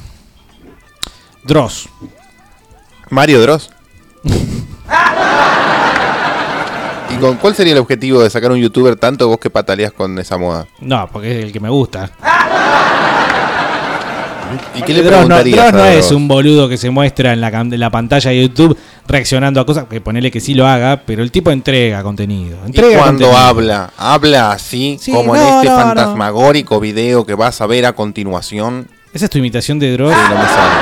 Dross. Mario Dross. ¿Y con cuál sería el objetivo de sacar un youtuber tanto vos que pataleas con esa moda? No, porque es el que me gusta. ¿Y qué le Dross no, preguntarías? Dross no a es Dross? un boludo que se muestra en la, cam- en la pantalla de YouTube reaccionando a cosas que ponele que sí lo haga, pero el tipo entrega contenido. Y Entrega cuando contenido. habla, habla así, Sí, como en no, este no, no. fantasmagórico video que vas a ver a continuación. ¿Esa es tu imitación de Dross? no me sale.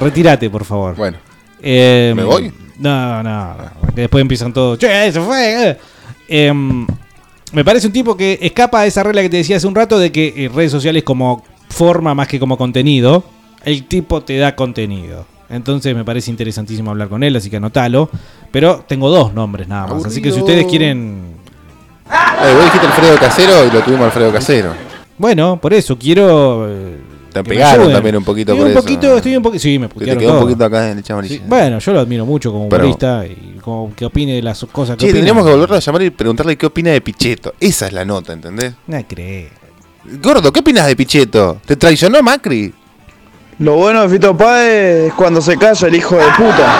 Retírate, por favor. Bueno. Eh, ¿Me voy? No, no. no, porque Después empiezan todos. Che, eso fue. eh". Em, me parece un tipo que escapa de esa regla que te decía hace un rato de que eh, redes sociales como forma más que como contenido. El tipo te da contenido. Entonces me parece interesantísimo hablar con él, así que anotalo. Pero tengo dos nombres nada más. Así que si Aburrido. ustedes quieren. Eh, vos dijiste Alfredo Casero y lo tuvimos a Alfredo Casero. Bueno, por eso quiero. eh, Te que me pegaron ayuden. también un poquito Estoy por un eso. Poquito, estoy un poquito. Sí, me Que te putearon quedó un todo. poquito acá en el chaval. Sí, bueno, yo lo admiro mucho como Pero- humorista y como que opine de las cosas que Che, opina. tendríamos que volverlo a llamar y preguntarle qué opina de Pichetto. Esa es la nota, ¿entendés? No cree. Gordo, ¿qué opinas de Pichetto? ¿Te traicionó Macri? Lo bueno de Fito Páez es cuando se calla el hijo de puta.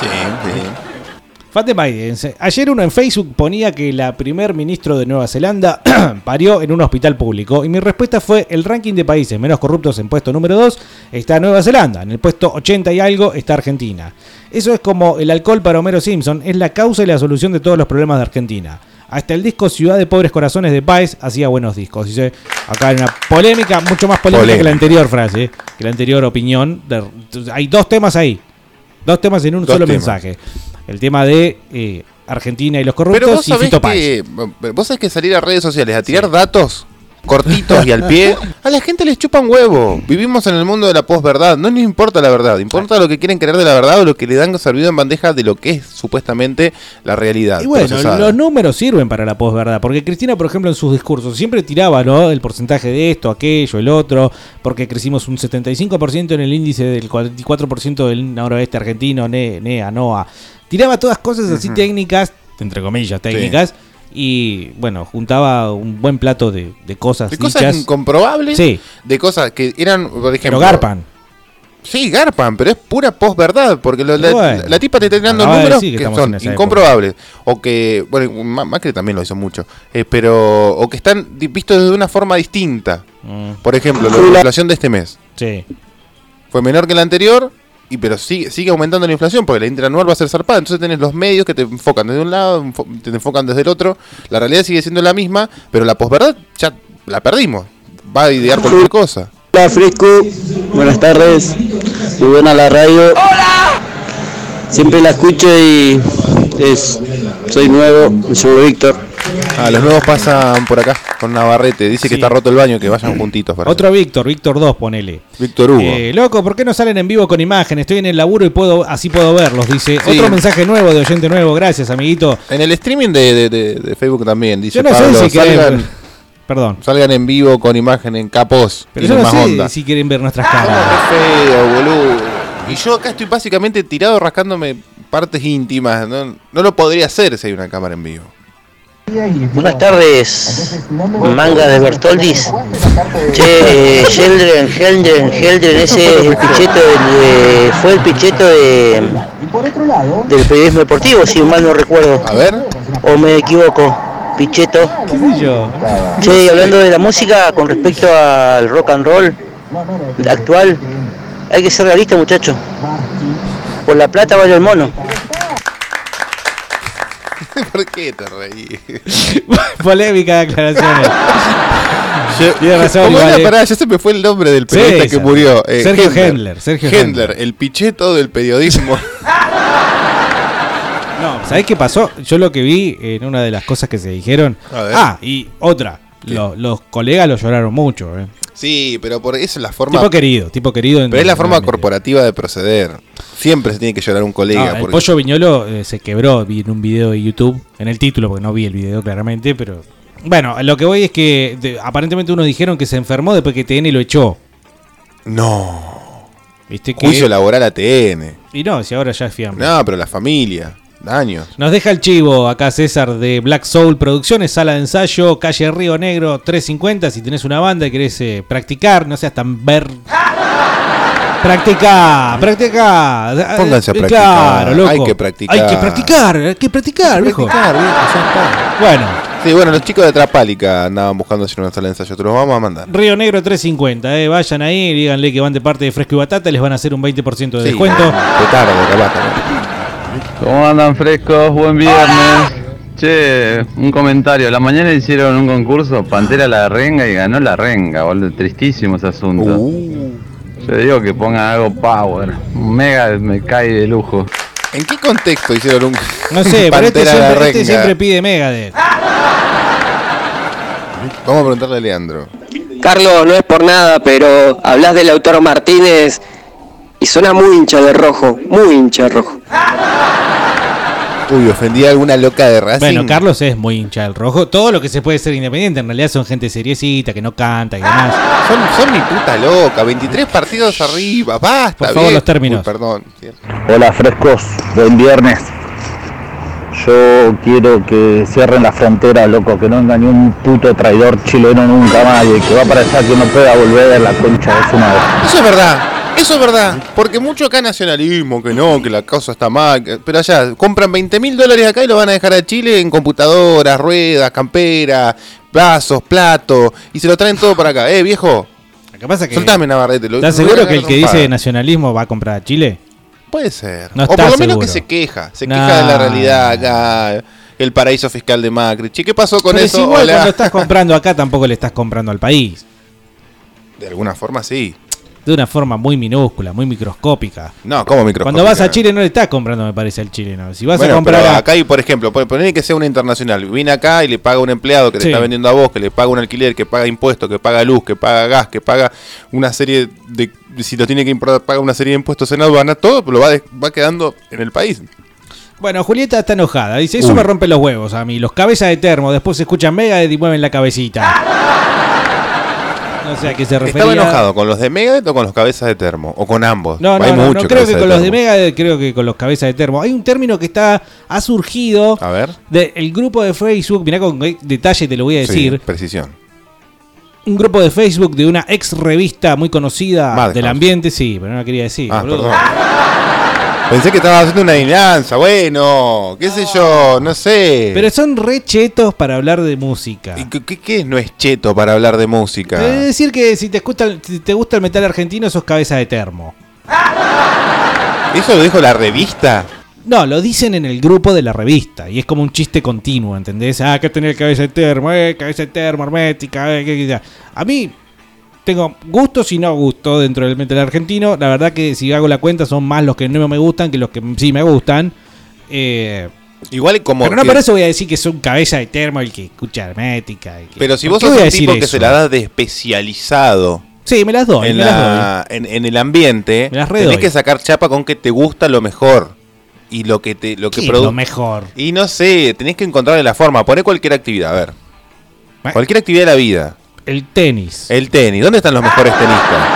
Sí, sí. Fate Biden, se- ayer uno en Facebook ponía que la primer ministro de Nueva Zelanda parió en un hospital público y mi respuesta fue el ranking de países menos corruptos en puesto número 2 está Nueva Zelanda, en el puesto 80 y algo está Argentina. Eso es como el alcohol para Homero Simpson, es la causa y la solución de todos los problemas de Argentina. Hasta el disco Ciudad de Pobres Corazones de Páez hacía buenos discos. Dice, acá hay una polémica, mucho más polémica, que la Polémica. anterior frase, que la anterior opinión. de- hay dos temas ahí. Dos temas en un Dos solo temas. mensaje. El tema de eh, Argentina y los corruptos Pero vos y sabés, Fito Páez. que, eh, vos sabés que salir a redes sociales a tirar datos cortitos y al pie, a la gente les chupa un huevo. Vivimos en el mundo de la posverdad, no les importa la verdad, importa lo que quieren creer de la verdad o lo que le dan servido en bandeja de lo que es supuestamente la realidad. Y bueno, procesada. los números sirven para la posverdad, porque Cristina, por ejemplo, en sus discursos siempre tiraba ¿no? el porcentaje de esto, aquello, el otro, porque crecimos un 75% en el índice del 44% del noroeste argentino, ne- NEA, NOA. Tiraba todas cosas así Ujú. técnicas, entre comillas, técnicas, y bueno, juntaba un buen plato de, de cosas de cosas dichas. incomprobables, Sí. de cosas que eran, por Pero ejemplo, garpan. Sí, garpan, pero es pura posverdad, porque lo- la, Bueno. la- la tipa te está tirando Acaba de números decir que que, estamos en son esa incomprobables. O que, bueno, Ma- Macri también lo hizo mucho, eh, pero, o que están di- vistos de una forma distinta. Por ejemplo, la inflación de este mes Mm, Sí. fue menor que la anterior, y pero sigue, sigue aumentando la inflación, porque la interanual va a ser zarpada, entonces tenés los medios que te enfocan desde un lado, enfo- te enfocan desde el otro, la realidad sigue siendo la misma, pero la posverdad ya la perdimos, va a idear cualquier cosa. Hola Fresco, buenas tardes, muy buena la radio. Siempre la escucho y es, soy nuevo, me llamo Víctor. Ah, los nuevos pasan por acá con Navarrete. Dice que está roto el baño, que vayan juntitos. Para Otro Víctor, Víctor 2, ponele. Víctor Hugo. Eh, loco, ¿por qué no salen en vivo con imagen? Estoy en el laburo y puedo así puedo verlos, dice. Sí. Otro mensaje nuevo de oyente nuevo, gracias, amiguito. en el streaming de, de- de- de Facebook también. Dice Yo no sé Pablo, si querés- salgan, Perdón. salgan en vivo con imagen en capos. Pero Pero yo no más sé onda. Ah, si quieren ver nuestras caras. Qué feo, boludo. Y yo acá estoy básicamente tirado rascándome partes íntimas. No, no lo podría hacer si hay una cámara en vivo. Buenas tardes, manga de Bertoldis. Che, eh, Sheldren, Sheldren, Sheldren, ese es el picheto del- de- fue el picheto de, del periodismo deportivo, si mal no recuerdo. A ver. O me equivoco, picheto. Che, y hablando de la música con respecto al rock and roll actual, hay que ser realista, muchachos. Por la plata vale el mono. ¿Por qué te reí? Polémica de aclaraciones. Yo, Tiene razón, ¿Cómo igual, era? eh. Pará, ya se me fue el nombre del Sí, periodista que esa. murió. Eh, Sergio Hendler, Sergio Hendler, el picheto del periodismo. ¿Sabés qué pasó? Yo lo que vi en una de las cosas que se dijeron. A ver. Ah, y otra. Los, los colegas lo lloraron mucho. eh. Sí, pero por eso es la forma. Tipo querido, tipo querido. en- Pero es la forma en- corporativa de proceder. Siempre se tiene que llorar un colega. No, Ah, el porque- pollo viñolo eh, se quebró, vi en un video de YouTube, en el título, porque no vi el video claramente, pero... Bueno, lo que voy es que de- aparentemente unos dijeron que se enfermó después que TN lo echó. No. ¿Viste que- Juicio laboral a TN. Y no, si ahora ya es fiambre. No, pero la familia. Daños. Nos deja el chivo acá César de Black Soul Producciones, sala de ensayo, calle Río Negro 350. Si tenés una banda y querés eh, practicar, no seas tan ver. Practica, practica. Pónganse a Eh, practicar. Claro, loco. Hay que practicar. Hay que practicar, hay que practicar, viejo. Bueno. Sí, bueno, los chicos de Trapálica andaban buscando hacer una sala de ensayo. Te los vamos a mandar. Río Negro 350, eh, vayan ahí y díganle que van de parte de Fresco y Batata, les van a hacer un 20% de Sí. descuento. Petardo, capaz, también. ¿Cómo andan frescos? Buen viernes. Che, un comentario. La mañana hicieron un concurso, Pantera la renga y ganó la renga, boludo. Tristísimo ese asunto. Uh. Uh, Yo digo que pongan algo power. Un Mega me cae de lujo. ¿En qué contexto hicieron un No sé, pero este Pantera la siempre, este Renga? Ah, siempre pide Megadeth. Vamos a preguntarle a Leandro. Carlos, no es por nada, pero hablas del autor Martínez y suena muy hincha de rojo, muy hincha de rojo. Uy, ofendí a alguna loca de Racing. Bueno, Carlos es muy hincha del rojo. Todo lo que se puede ser independiente, en realidad son gente seriecita, que no canta y demás. Son, son mi puta loca. 23 partidos arriba. Basta. Por favor, viejo. los términos. Uy, perdón. Hola frescos, buen viernes. Yo quiero que cierren la frontera, loco, que no engañe un puto traidor chileno nunca más y que va para allá que no pueda volver la concha de su madre. Eso es verdad. Eso es verdad. Porque mucho acá nacionalismo, que no, que la causa está mal. que- Pero allá, compran 20 mil dólares acá y lo van a dejar a Chile en computadoras, ruedas, camperas, vasos, platos. Y se lo traen todo para acá. Eh, viejo. que pasa que- Soltame Navarrete. lo- ¿Estás lo voy a seguro que cagar el que trompada. dice nacionalismo va a comprar a Chile? Puede ser. No o por está lo menos seguro. que se queja. Se No. queja de la realidad acá. El paraíso fiscal de Macri. Che, ¿qué pasó con Pero eso? es igual Hola. cuando estás comprando acá tampoco le estás comprando al país. De alguna forma sí. De una forma muy minúscula, muy microscópica. No, ¿cómo microscópica? Cuando vas a Chile no le estás comprando, me parece, al chileno. Si vas Bueno, a comprar pero a- acá hay, por ejemplo, pon- poner que sea una internacional. Viene acá y le paga a un empleado que Sí. le está vendiendo a vos, que le paga un alquiler, que paga impuestos, que paga luz, que paga gas, que paga una serie de. Si lo tiene que importar, paga una serie de impuestos en aduana, todo lo va, de- va quedando en el país. Bueno, Julieta está enojada. Dice, eso Uy. me rompe los huevos a mí. Los cabezas de termo, después se escuchan mega y mueven la cabecita. No sé a qué se refería. ¿Estaba enojado con los de Megadeth o con los cabezas de termo? ¿O con ambos? No, no, Hay no, no, mucho creo cabeza que con los de termo. Mega, creo que con los cabezas de termo. Hay un término que está ha surgido A ver. del grupo de Facebook, mirá con qué detalle te lo voy a Sí, decir. precisión. Un grupo de Facebook de una ex revista muy conocida Madhouse. del ambiente, sí, pero no la quería decir. Ah, boludo. perdón. Pensé que estaba haciendo una adivinanza. Bueno, qué sé yo, no sé. Pero son re chetos para hablar de música. ¿Y qué- ¿Qué, qué no es cheto para hablar de música? Es decir que si te gusta el, si te gusta el metal argentino sos cabeza de termo. ¿Eso lo dijo la revista? No, lo dicen en el grupo de la revista y es como un chiste continuo, ¿entendés? Ah, que tener cabeza de termo, eh, cabeza de termo, hermética, eh, que, que- que- A mí tengo gustos y no gustos dentro del metal argentino. La verdad que si hago la cuenta son más los que no me gustan que los que sí me gustan. Eh, Igual como. pero no que- por eso voy a decir que son cabeza de termo el que escucha hermética. el que- pero si ¿Por vos qué sos voy a un decir tipo que eso? se la da de especializado Sí, me las doy, en, me las doy. la- en- en el ambiente, las tenés redoy. que sacar chapa con que te gusta lo mejor. Y lo que te lo que ¿Qué es produ- lo mejor? Y no sé, tenés que encontrarle la forma. Poné cualquier actividad, a ver. Cualquier actividad de la vida. El tenis. El tenis. ¿Dónde están los mejores tenistas?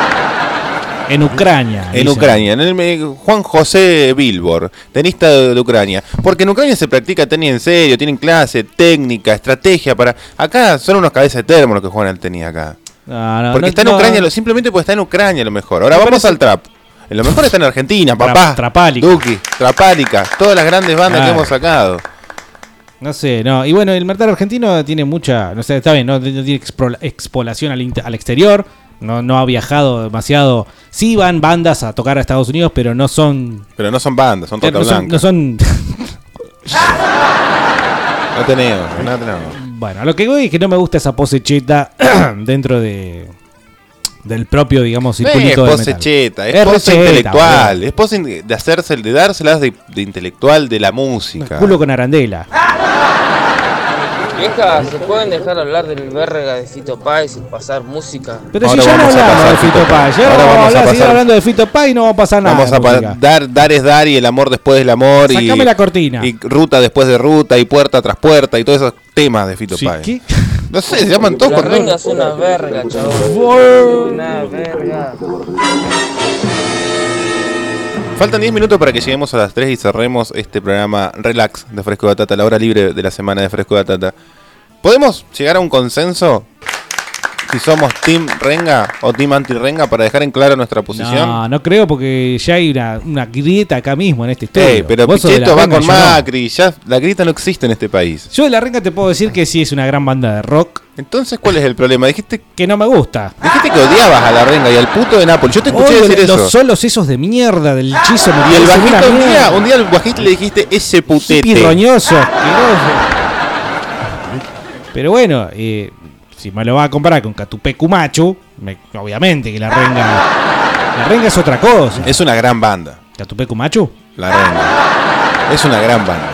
En Ucrania. En dicen. Ucrania. En el, eh, Juan José Bilbor, tenista de, de Ucrania. Porque en Ucrania se practica tenis en serio, tienen clase, técnica, estrategia para. Acá son unos cabezas de termo los que juegan al tenis acá. No, no, Ah, no, Porque está en no. Ucrania, lo- simplemente porque está en Ucrania lo mejor. Ahora Me vamos parece- al trap. Lo mejor está en Argentina, papá. Trapálica. Duki, Trapálica, todas las grandes bandas Claro. que hemos sacado. No sé, no. Y bueno, el mercado argentino tiene mucha. No sé, está bien, no, no tiene expro- expolación al, inter- al exterior. No, no ha viajado demasiado. Sí van bandas a tocar a Estados Unidos, pero no son. Pero no son bandas, son trata Eh, No son, blanca. no son- No tenemos, no tenemos. Bueno, lo que voy es que no me gusta esa pose cheta dentro de. Del propio, digamos, No es circuito de pose metal. Eh, cheta, es, re pose cheta, intelectual, es pose in- de hacerse, de dárselas de, de intelectual de la música. boludo. Culo con arandela. Viejas, ¿se pueden dejar hablar del verga de Fito Páez y pasar música? Pero si ya no vamos a hablamos pasar de Fito Fito Páez, ya Ahora vamos a vamos a hablar, seguir pasar. hablando de Fito Páez y no va a pasar nada. Vamos a pa- música. dar, dar es dar y el amor después del amor Sacame y la cortina. y ruta después de ruta y puerta tras puerta y todos esos temas de Fito Páez. No sé, se llaman todos La por renga es una verga, Oh. chabón. Una verga. Faltan 10 minutos para que lleguemos a las 3 y cerremos este programa Relax de Fresco de Batata, la hora libre de la semana de Fresco de Batata. ¿Podemos llegar a un consenso si somos Team Renga o Team Anti-Renga para dejar en claro nuestra posición? Eh, No, no creo porque ya hay una, una grieta acá mismo en este estudio. Ey, pero Vos sos de la Pichetto va renga, con yo no. Macri, ya la grita no existe en este país. Yo de la renga te puedo decir que sí es una gran banda de rock. Entonces, ¿cuál es el problema? Dijiste que no me gusta. Dijiste que odiabas a la renga y al puto de Nápoles. Yo te escuché Odio decir los eso. solos esos de mierda del hechizo. Y el bajista, un día, un un día al bajista le dijiste ese putete. pirroñoso. asqueroso. Pero bueno, eh, si me lo vas a comparar con Catupé Cumachu, me- obviamente que la renga. La renga es otra cosa. Es una gran banda. ¿Catupé Cumachu? La renga. Es una gran banda.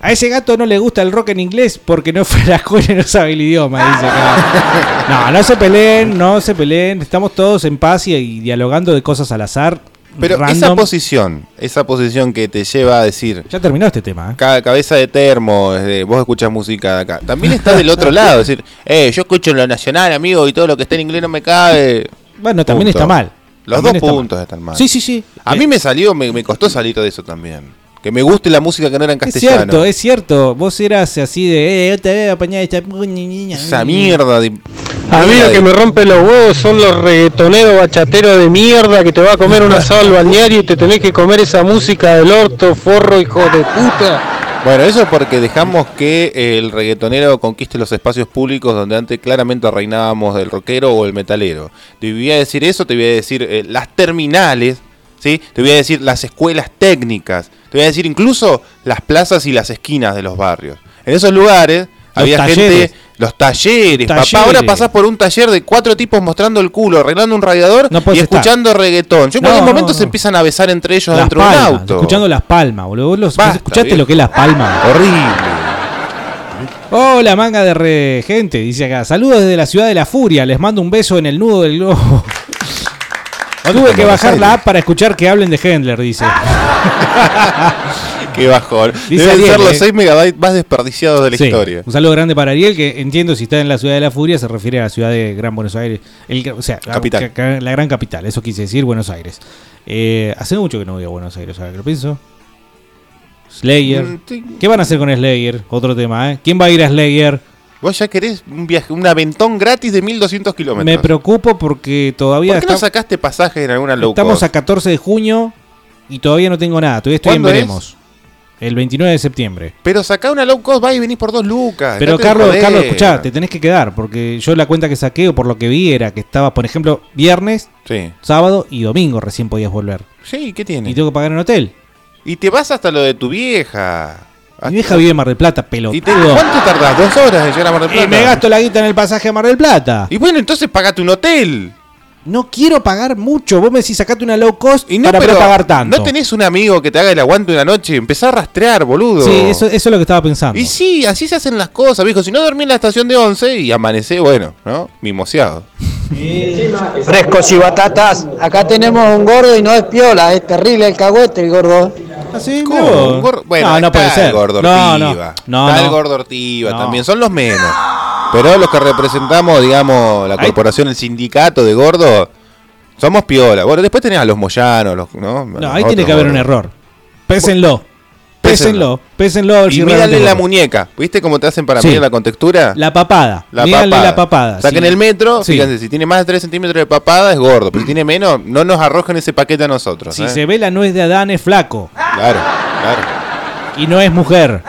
A ese gato no le gusta el rock en inglés porque no fue a la escuela y no sabe el idioma, dice acá. No, no se peleen, no se peleen. Estamos todos en paz y, y dialogando de cosas al azar. Pero esa random. posición, esa posición que te lleva a decir. Ya terminó este tema, ¿eh? Ca- cabeza de termo, es de, vos escuchas música de acá. También está del otro lado, es decir, eh, yo escucho lo nacional, amigo, y todo lo que está en inglés no me cabe. Bueno, también Punto. está mal. Los También dos está mal. puntos están mal. Sí, Eh. sí, sí. A mí me salió, me, me costó salir de eso también. Que me guste la música que no era en Es castellano. cierto, es cierto. Vos eras así de. Eh, yo te veo apañada esta niña. Esa mierda de. A mí lo que me rompe los huevos son los reggaetoneros bachateros de mierda que te va a comer una sal balneario y te tenés que comer esa música del orto, forro, hijo de puta. Bueno, eso es porque dejamos que eh, el reggaetonero conquiste los espacios públicos donde antes claramente reinábamos el rockero o el metalero. Te voy a decir eso, te voy a decir eh, las terminales, ¿sí? te voy a decir las escuelas técnicas, te voy a decir incluso las plazas y las esquinas de los barrios. En esos lugares Los había talleres. gente, los talleres, Talleres. papá. Ahora pasás por un taller de cuatro tipos mostrando el culo, arreglando un radiador No podés y estar. escuchando reggaetón. Yo en No, cualquier no, momento se empiezan a besar entre ellos Las dentro de un Palmas, auto. escuchando Las Palmas, boludo. ¿Vos los- Basta, escuchaste viejo. lo que es Las Palmas? Horrible. Hola, manga de re gente, dice acá. Saludos desde la ciudad de la furia. Les mando un beso en el nudo del globo. Tuve está que Buenos bajar la Aires? app para escuchar que hablen de Hendler, dice. Ah, Qué bajón. Dice Deben Ariel, ser los eh. 6 megabytes más desperdiciados de la Sí. historia. Un saludo grande para Ariel, que entiendo si está en la ciudad de la furia, se refiere a la ciudad de Gran Buenos Aires. El- o sea, la- Capital. ca- ca- La, gran capital, eso quise decir Buenos Aires. Eh, hace mucho que no voy a Buenos Aires, ahora que lo pienso. Slayer. Mm, sí. ¿Qué van a hacer con Slayer? Otro tema, ¿eh? ¿Quién va a ir a Slayer? Vos ya querés un viaje, un aventón gratis de 1200 kilómetros. Me preocupo porque todavía ¿Por qué no está- sacaste pasajes en alguna low estamos cost? a 14 de junio y todavía no tengo nada. Todavía estoy en ¿Cuándo es? veremos. El 29 de septiembre. Pero sacá una low cost, vais y venís por dos lucas. Pero dejate de Carlos, joder. Carlos, escuchá, te tenés que quedar, porque yo la cuenta que saqué o por lo que vi era que estaba, por ejemplo, viernes, Sí. sábado y domingo recién podías volver. Sí, ¿qué tiene? Y tengo que pagar en hotel. Y te vas hasta lo de tu vieja. Mi vieja vive en Mar del Plata, Ah, ¿Y te- pelotudo. ¿Cuánto tardás? ¿Dos horas en llegar a Mar del Plata? Y me gasto la guita en el pasaje a Mar del Plata. Y bueno, entonces pagate un hotel. No quiero pagar mucho. Vos me decís sacate una low cost Y no, para pero no pagar tanto. ¿No tenés un amigo que te haga el aguante una noche? Empezá a rastrear, boludo. Sí, eso, eso es lo que estaba pensando. Y sí, así se hacen las cosas, viejo. Si no dormí en la estación de 11 y amanecé, bueno, ¿no? Mimoseado. Frescos y batatas. Acá tenemos un gordo y no es piola, es terrible el cagüete el gordo. Así, ¿Cómo? Un gordo- Bueno, no, no está puede ser. el gordo no, no, Ortiva. no, Está el no. gordo Ortiva No. también. Son los menos. Pero los que representamos, digamos, la corporación, el sindicato de gordo, somos piola. Bueno, después tenés a los moyanos, los, ¿no? No, ahí tiene que haber un error. Pésenlo. Pésenlo. Pésenlo. a ver Y si mírale realmente la fue. muñeca. ¿Viste cómo te hacen para Sí. medir la contextura? La papada. La Míganle papada. la papada. Saquen Sí. el metro, Sí. fíjense, si tiene más de 3 centímetros de papada es gordo, pero si tiene menos, no nos arrojen ese paquete a nosotros. Si ¿eh? se ve la nuez de Adán es flaco. Claro, claro, Y no es mujer.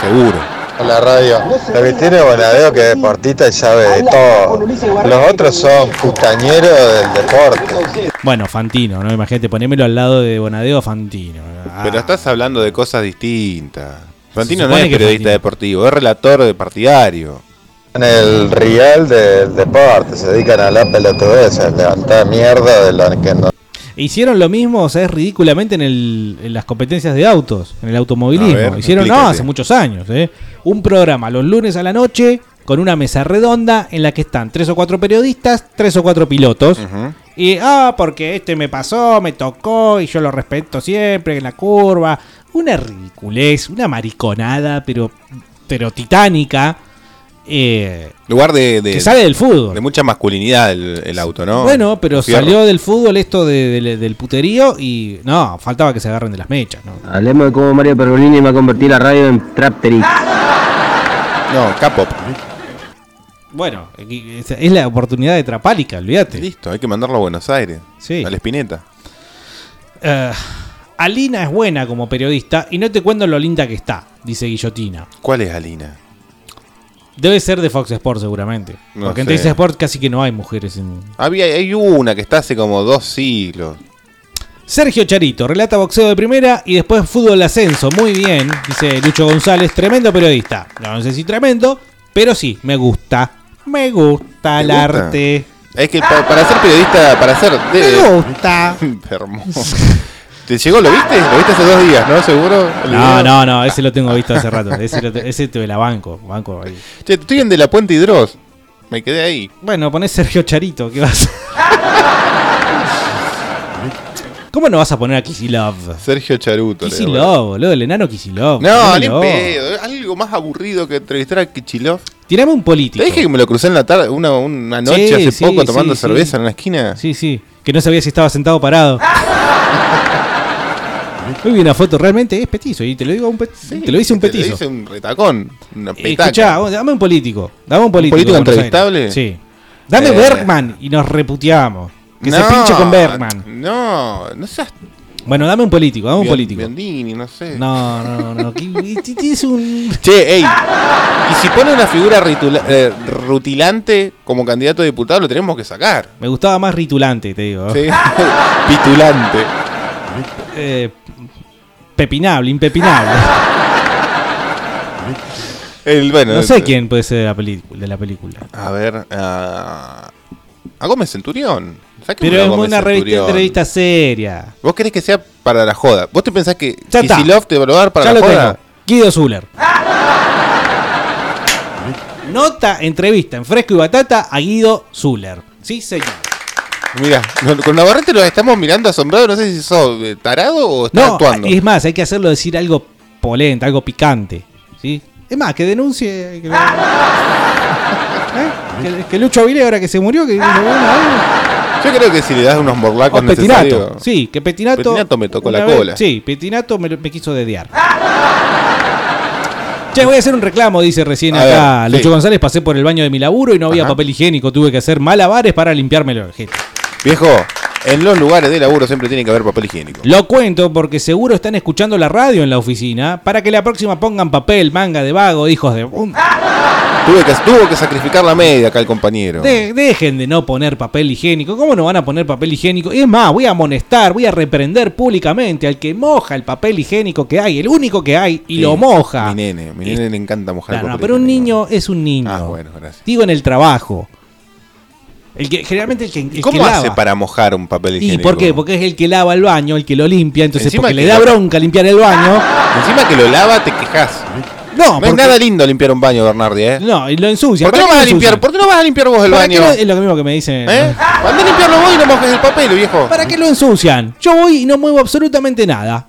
seguro. A la radio. La Vitera de Bonadeo que es deportista y sabe de todo. Los otros son custañeros del deporte. Bueno, Fantino, ¿no? Imagínate, ponémelo al lado de Bonadeo a Fantino. Pero estás hablando de cosas distintas. Fantino Ah. Se no es supone que periodista Fantino. deportivo, es relator de partidario. En el real del deporte se dedican a la pelotudez, a levantar mierda de la que no. Hicieron lo mismo, o sea, es ridículamente en, el- en las competencias de autos, en el automovilismo. A ver, Hicieron, no, explícate. hace muchos años, ¿eh? Un programa los lunes a la noche con una mesa redonda en la que están tres o cuatro periodistas, tres o cuatro pilotos. Y, ah, porque este me pasó, me tocó y yo lo respeto siempre en la curva. Una ridiculez, una mariconada, pero, pero titánica. Eh, Lugar de, de- Que sale del fútbol. De mucha masculinidad el, el auto, ¿no? Bueno, pero Fierro. salió del fútbol esto de- de- del puterío y no, faltaba que se agarren de las mechas, ¿no? Hablemos de cómo Mario Pergolini va a convertir la radio en Trapteric. No, K-pop. Bueno, es es la oportunidad de Trapálica, olvídate. Listo, hay que mandarlo a Buenos Aires. Sí. Al Espineta. Eh, Alina es buena como periodista y no te cuento lo linda que está, dice Guillotina. ¿Cuál es Alina? Debe ser de Fox Sports seguramente. No porque en sé. Texas Sports casi que no hay mujeres en, Había, hay una que está hace como dos siglos. Sergio Charito relata boxeo de primera y después fútbol de ascenso. Muy bien, dice Lucho González, tremendo periodista. No, no sé si tremendo, pero sí, me gusta. Me gusta el gusta? arte. Es que pa- para ser periodista, para ser. de- Me gusta. Hermoso. ¿Te llegó? ¿Lo viste? Lo viste hace dos días, ¿no? Seguro. El No, video. no, no, ese lo tengo visto hace rato. Ese, lo te- ese te la banco. banco ahí. Che, estoy en De la Puente y Dross. Me quedé ahí. Bueno, ponés Sergio Charito, ¿qué vas? ¿Cómo no vas a poner a Kisilov? Sergio Charuto. le digo. Kisilov, boludo, el enano Kisilov. No, ni en ponémelo. pedo. Algo más aburrido que entrevistar a Kichilov. Tirame un político. Te dije que me lo crucé en la tarde, una, una noche Sí, hace sí, poco tomando sí, cerveza sí. en una esquina. Sí, sí. Que no sabía si estaba sentado o parado. Hoy vi una foto, realmente es petizo. Y te lo digo a un pet- te lo dice un Te lo petizo. hice un retacón. Una Eh, petaca. Escuchá, vos, dame un político. Dame un político. político de Buenos entrevistable? Aires. Sí. Dame Eh. Bergman y nos reputeamos. Que se No, pinche con Bergman. No, no seas Bueno, dame un político, dame un Bion- político. Biondini, no sé. No, no, no. que- este, es un. Che, ey. Y si pone una figura ritula- eh, rutilante como candidato a diputado, lo tenemos que sacar. Me gustaba más ritulante, te digo. Sí. Pitulante. Eh, pepinable, impepinable. El, bueno, este, no sé el- quién puede ser de la película. De la película. A ver. A, a Gómez Centurión. Sáquenme Pero a es Gómez una revista, Centurión. entrevista seria. Vos querés que sea para la joda. ¿Vos te pensás que Ya está. Kicillof te va a dar para ya la lo joda? tengo. Guido Zuller. Nota, entrevista en fresco y batata a Guido Zuller. Sí, señor. Mira, con Navarrete los estamos mirando asombrados. No sé si sos eh, tarado o estás No, actuando. y es más, hay que hacerlo decir algo polenta, algo picante. ¿sí? Es más, que denuncie. Que, ¿Eh? Que- que Lucho Vile, ahora que se murió, que Yo creo que si le das unos morlacos O Petinato. necesarios. Sí, que Petinato. Ah, Petinato me tocó una la vez- cola. sí, Petinato me, lo- me quiso dediar. Che, voy a hacer un reclamo, dice recién A acá ver, Lucho sí. González. Pasé por el baño de mi laburo y no había Ajá. papel higiénico. Tuve que hacer malabares para limpiarme el ojete. Viejo, en los lugares de laburo siempre tiene que haber papel higiénico. Lo cuento porque seguro están escuchando la radio en la oficina para que la próxima pongan papel, manga de vago, hijos de... un- Tuve que, tuvo que sacrificar la media acá el compañero. De- dejen de no poner papel higiénico. ¿Cómo no van a poner papel higiénico? Y es más, voy a amonestar, voy a reprender públicamente al que moja el papel higiénico que hay, el único que hay, y Sí, lo moja. Mi nene, mi nene le encanta mojar No, no, el papel Ah, pero un niño es un niño. Digo en el trabajo. El que, generalmente el que, el higiénico. ¿Cómo que hace lava. para mojar un papel ¿Y higiénico? por qué? Porque es el que lava el baño, el que lo limpia, entonces Encima porque que le da lo- bronca limpiar el baño. Encima que lo lava, te quejas. No, es porque- nada lindo limpiar un baño, Bernardi, ¿eh? No, y lo ensucia. ¿Por qué ¿Para qué no vas a lo ensucia? limpiar? ¿Por qué no vas a limpiar vos el ¿Para qué baño? lo- es lo mismo que me dicen. ¿Eh? Andá a limpiarlo vos y no mojes el papel, viejo. ¿Para qué lo ensucian? Yo voy y no muevo absolutamente nada.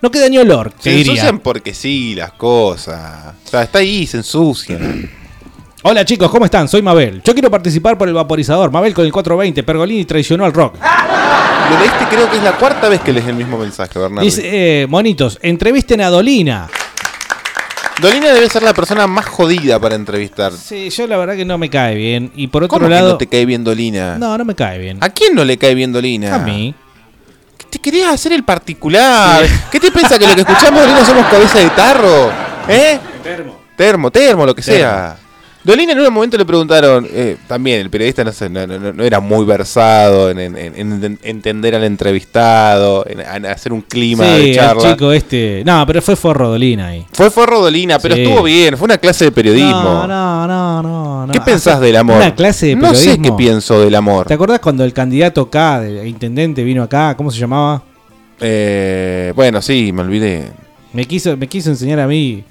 No queda ni olor. te Se diría. ensucian porque sí las cosas. O sea, está ahí, se ensucian. Hola chicos, ¿cómo están? Soy Mabel. Yo quiero participar por el vaporizador. Mabel con el 420. Pergolini traicionó al rock. Ah, Lo leíste, creo que es la cuarta vez que lees el mismo mensaje, Bernardi. Dice, eh, monitos, entrevisten a Dolina. Dolina debe ser la persona más jodida para entrevistar. Sí, yo la verdad que no me cae bien. Y por ¿Cómo otro que lado... no te cae bien Dolina? No, no me cae bien. ¿A quién no le cae bien Dolina? A mí. ¿Qué te querías hacer el particular? ¿Qué te piensas que lo que escuchamos de Dolina somos cabeza de tarro? ¿Eh? Termo. Termo, termo, lo que sea. Dolina en un momento le preguntaron, eh, también el periodista no, sé, no, no- no era muy versado en, en- en- en entender al entrevistado, en, en hacer un clima Sí, de el charla. chico este. No, pero fue Forro Dolina ahí. Fue Forro Dolina, pero Sí. estuvo bien, fue una clase de periodismo. No, no, no, no. no. ¿Qué pensás del amor? Una clase de No sé periodismo. qué pienso del amor. ¿Te acordás cuando el candidato acá, el intendente, vino acá? ¿Cómo se llamaba? Eh, bueno, sí, me olvidé. Me quiso, me quiso enseñar a mí.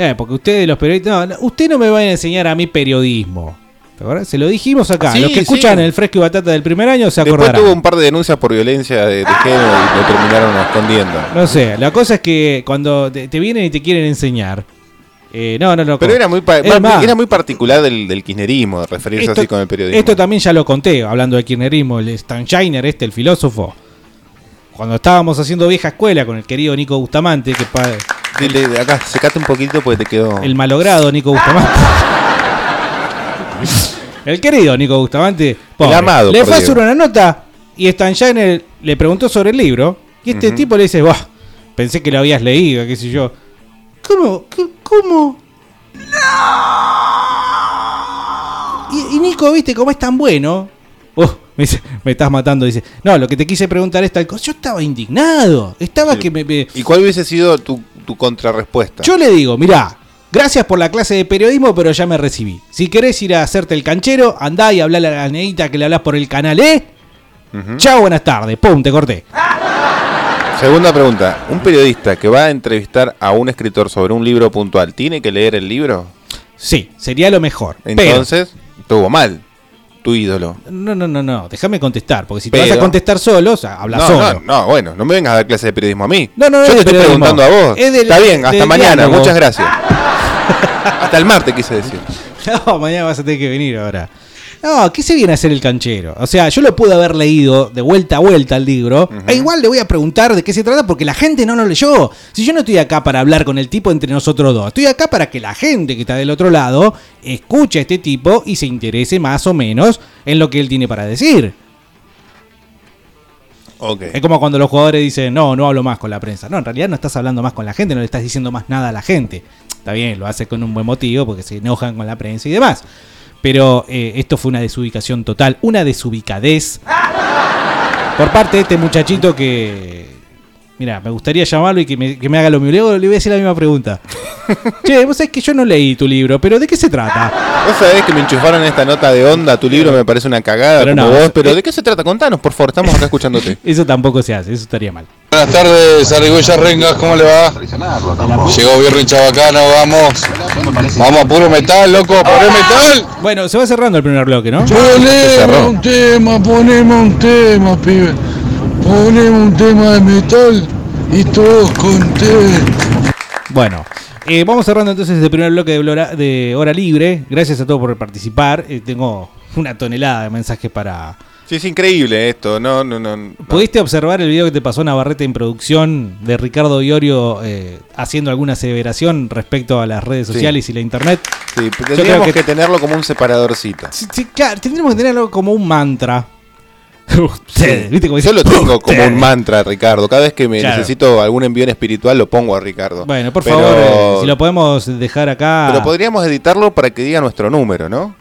Eh, porque ustedes los periodistas. No, no, usted no me va a enseñar a mí periodismo. ¿Te acordás? Se lo dijimos acá. Sí, los que sí. escuchan el fresco y batata del primer año se Después acordarán. tuvo un par de denuncias por violencia de, de género y lo terminaron escondiendo. No sé, la cosa es que cuando te, te vienen y te quieren enseñar. eh, no, no, loco. Pero era muy, pa- Es más, era muy particular del, del kirchnerismo, de referirse Esto- así con el periodismo. Esto también ya lo conté, hablando de kirchnerismo, el Stanshiner, este, el filósofo. Cuando estábamos haciendo vieja escuela con el querido Nico Bustamante, que pa- Dile, acá, secate un poquito porque te quedó. el malogrado Nico Bustamante. el querido Nico Bustamante. pobre, amado, le por fue a Dios. hacer una nota y Stanshiner le preguntó sobre el libro. Y este Ujú. tipo le dice, "Buah, pensé que lo habías leído, qué sé yo. ¿Cómo? ¿Qué- ¿Cómo? Y, y Nico, viste, como es tan bueno. Uh, me, dice, me estás matando. Dice, no, lo que te quise preguntar es tal cosa. Yo estaba indignado. Estaba que me, me- ¿Y cuál hubiese sido tu, tu contrarrespuesta? Yo le digo, mirá, gracias por la clase de periodismo, pero ya me recibí. Si querés ir a hacerte el canchero, andá y hablá a la neguita que le hablas por el canal, ¿eh? ¿Mm? Chao, buenas tardes. Pum, te corté. Segunda pregunta. ¿Un periodista que va a entrevistar a un escritor sobre un libro puntual tiene que leer el libro? Sí, sería lo mejor. pero- Entonces, estuvo mal. Tu ídolo. no, no, no, no. Déjame contestar, porque si te Pero- vas a contestar solo, o sea, habla No, solo. no, no, bueno, no me vengas a dar clase de periodismo a mí. No, no, no es Yo te de estoy periodismo. preguntando a vos. Es del- Está bien, hasta del mañana, diálogo. muchas gracias. hasta el martes quise decir. No, mañana vas a tener que venir ahora. No, ¿qué se viene a hacer el canchero? O sea, yo lo pude haber leído de vuelta a vuelta al libro. E igual le voy a preguntar de qué se trata porque la gente no lo leyó. Si yo no estoy acá para hablar con el tipo entre nosotros dos, estoy acá para que la gente que está del otro lado escuche a este tipo y se interese más o menos en lo que él tiene para decir. Ok. Es como cuando los jugadores dicen, no, no hablo más con la prensa. No, en realidad no estás hablando más con la gente, no le estás diciendo más nada a la gente. Está bien, lo hace con un buen motivo porque se enojan con la prensa y demás. Pero eh, esto fue una desubicación total, una desubicadez por parte de este muchachito que... Mira, me gustaría llamarlo y que me, que me haga lo mismo. Le digo- le voy a decir la misma pregunta. che, vos sabés que yo no leí tu libro, pero ¿de qué se trata? Vos sabés que me enchufaron esta nota de onda, tu libro me parece una cagada Pero como no, vos, eso- pero ¿de qué se trata? Contanos, por favor, estamos acá escuchándote. Eso tampoco se hace, eso estaría mal. Buenas tardes, Arigüella Rengas, ¿cómo le va? Llegó Viernes Chabacano, vamos. Vamos a puro metal, loco, a Ah. poner metal. Bueno, se va cerrando el primer bloque, ¿no? Poneme un tema, poneme un tema, pibe. Poneme un tema de metal y todos contentos. Bueno, eh, vamos cerrando entonces el primer bloque de Blora- de Hora Libre. Gracias a todos por participar. Eh, tengo una tonelada de mensajes para... Sí, es increíble esto, no, no, no. ¿Pudiste observar el video que te pasó Navarrete en producción de Ricardo Iorio eh, haciendo alguna aseveración respecto a las redes Sí. sociales y la internet? Sí, creo tendríamos que- que... tenerlo como un separadorcito. Sí, claro, tendríamos que tener algo como un mantra. Ustedes, ¿viste cómo dice? Yo lo tengo como Ustedes. un mantra, Ricardo. Cada vez que me eh. Claro. necesito algún envión espiritual, lo pongo a Ricardo. Bueno, por Pero- favor, eh, si lo podemos dejar acá. Pero podríamos editarlo para que diga nuestro número, ¿no?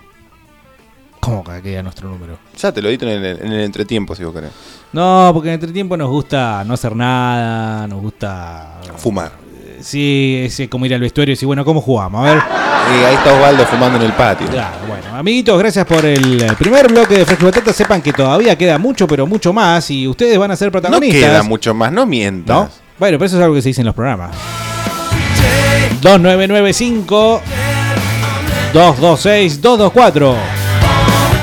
¿Cómo que queda nuestro número? Ya te lo edito en el, en el entretiempo, si vos querés. No, porque en el entretiempo nos gusta no hacer nada, nos gusta... Fumar. eh, Sí, es eh, como ir al vestuario y decir, bueno, ¿cómo jugamos? A ver. Y Eh, ahí está Osvaldo fumando en el patio. Claro, bueno, amiguitos, gracias por el primer bloque de Fresco y Batata. Sepan que todavía queda mucho, pero mucho más. Y ustedes van a ser No protagonistas. queda mucho más, no mientas. ¿No? Bueno, pero eso es algo que se dice en los programas. 2995 226 224.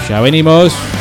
Ya venimos.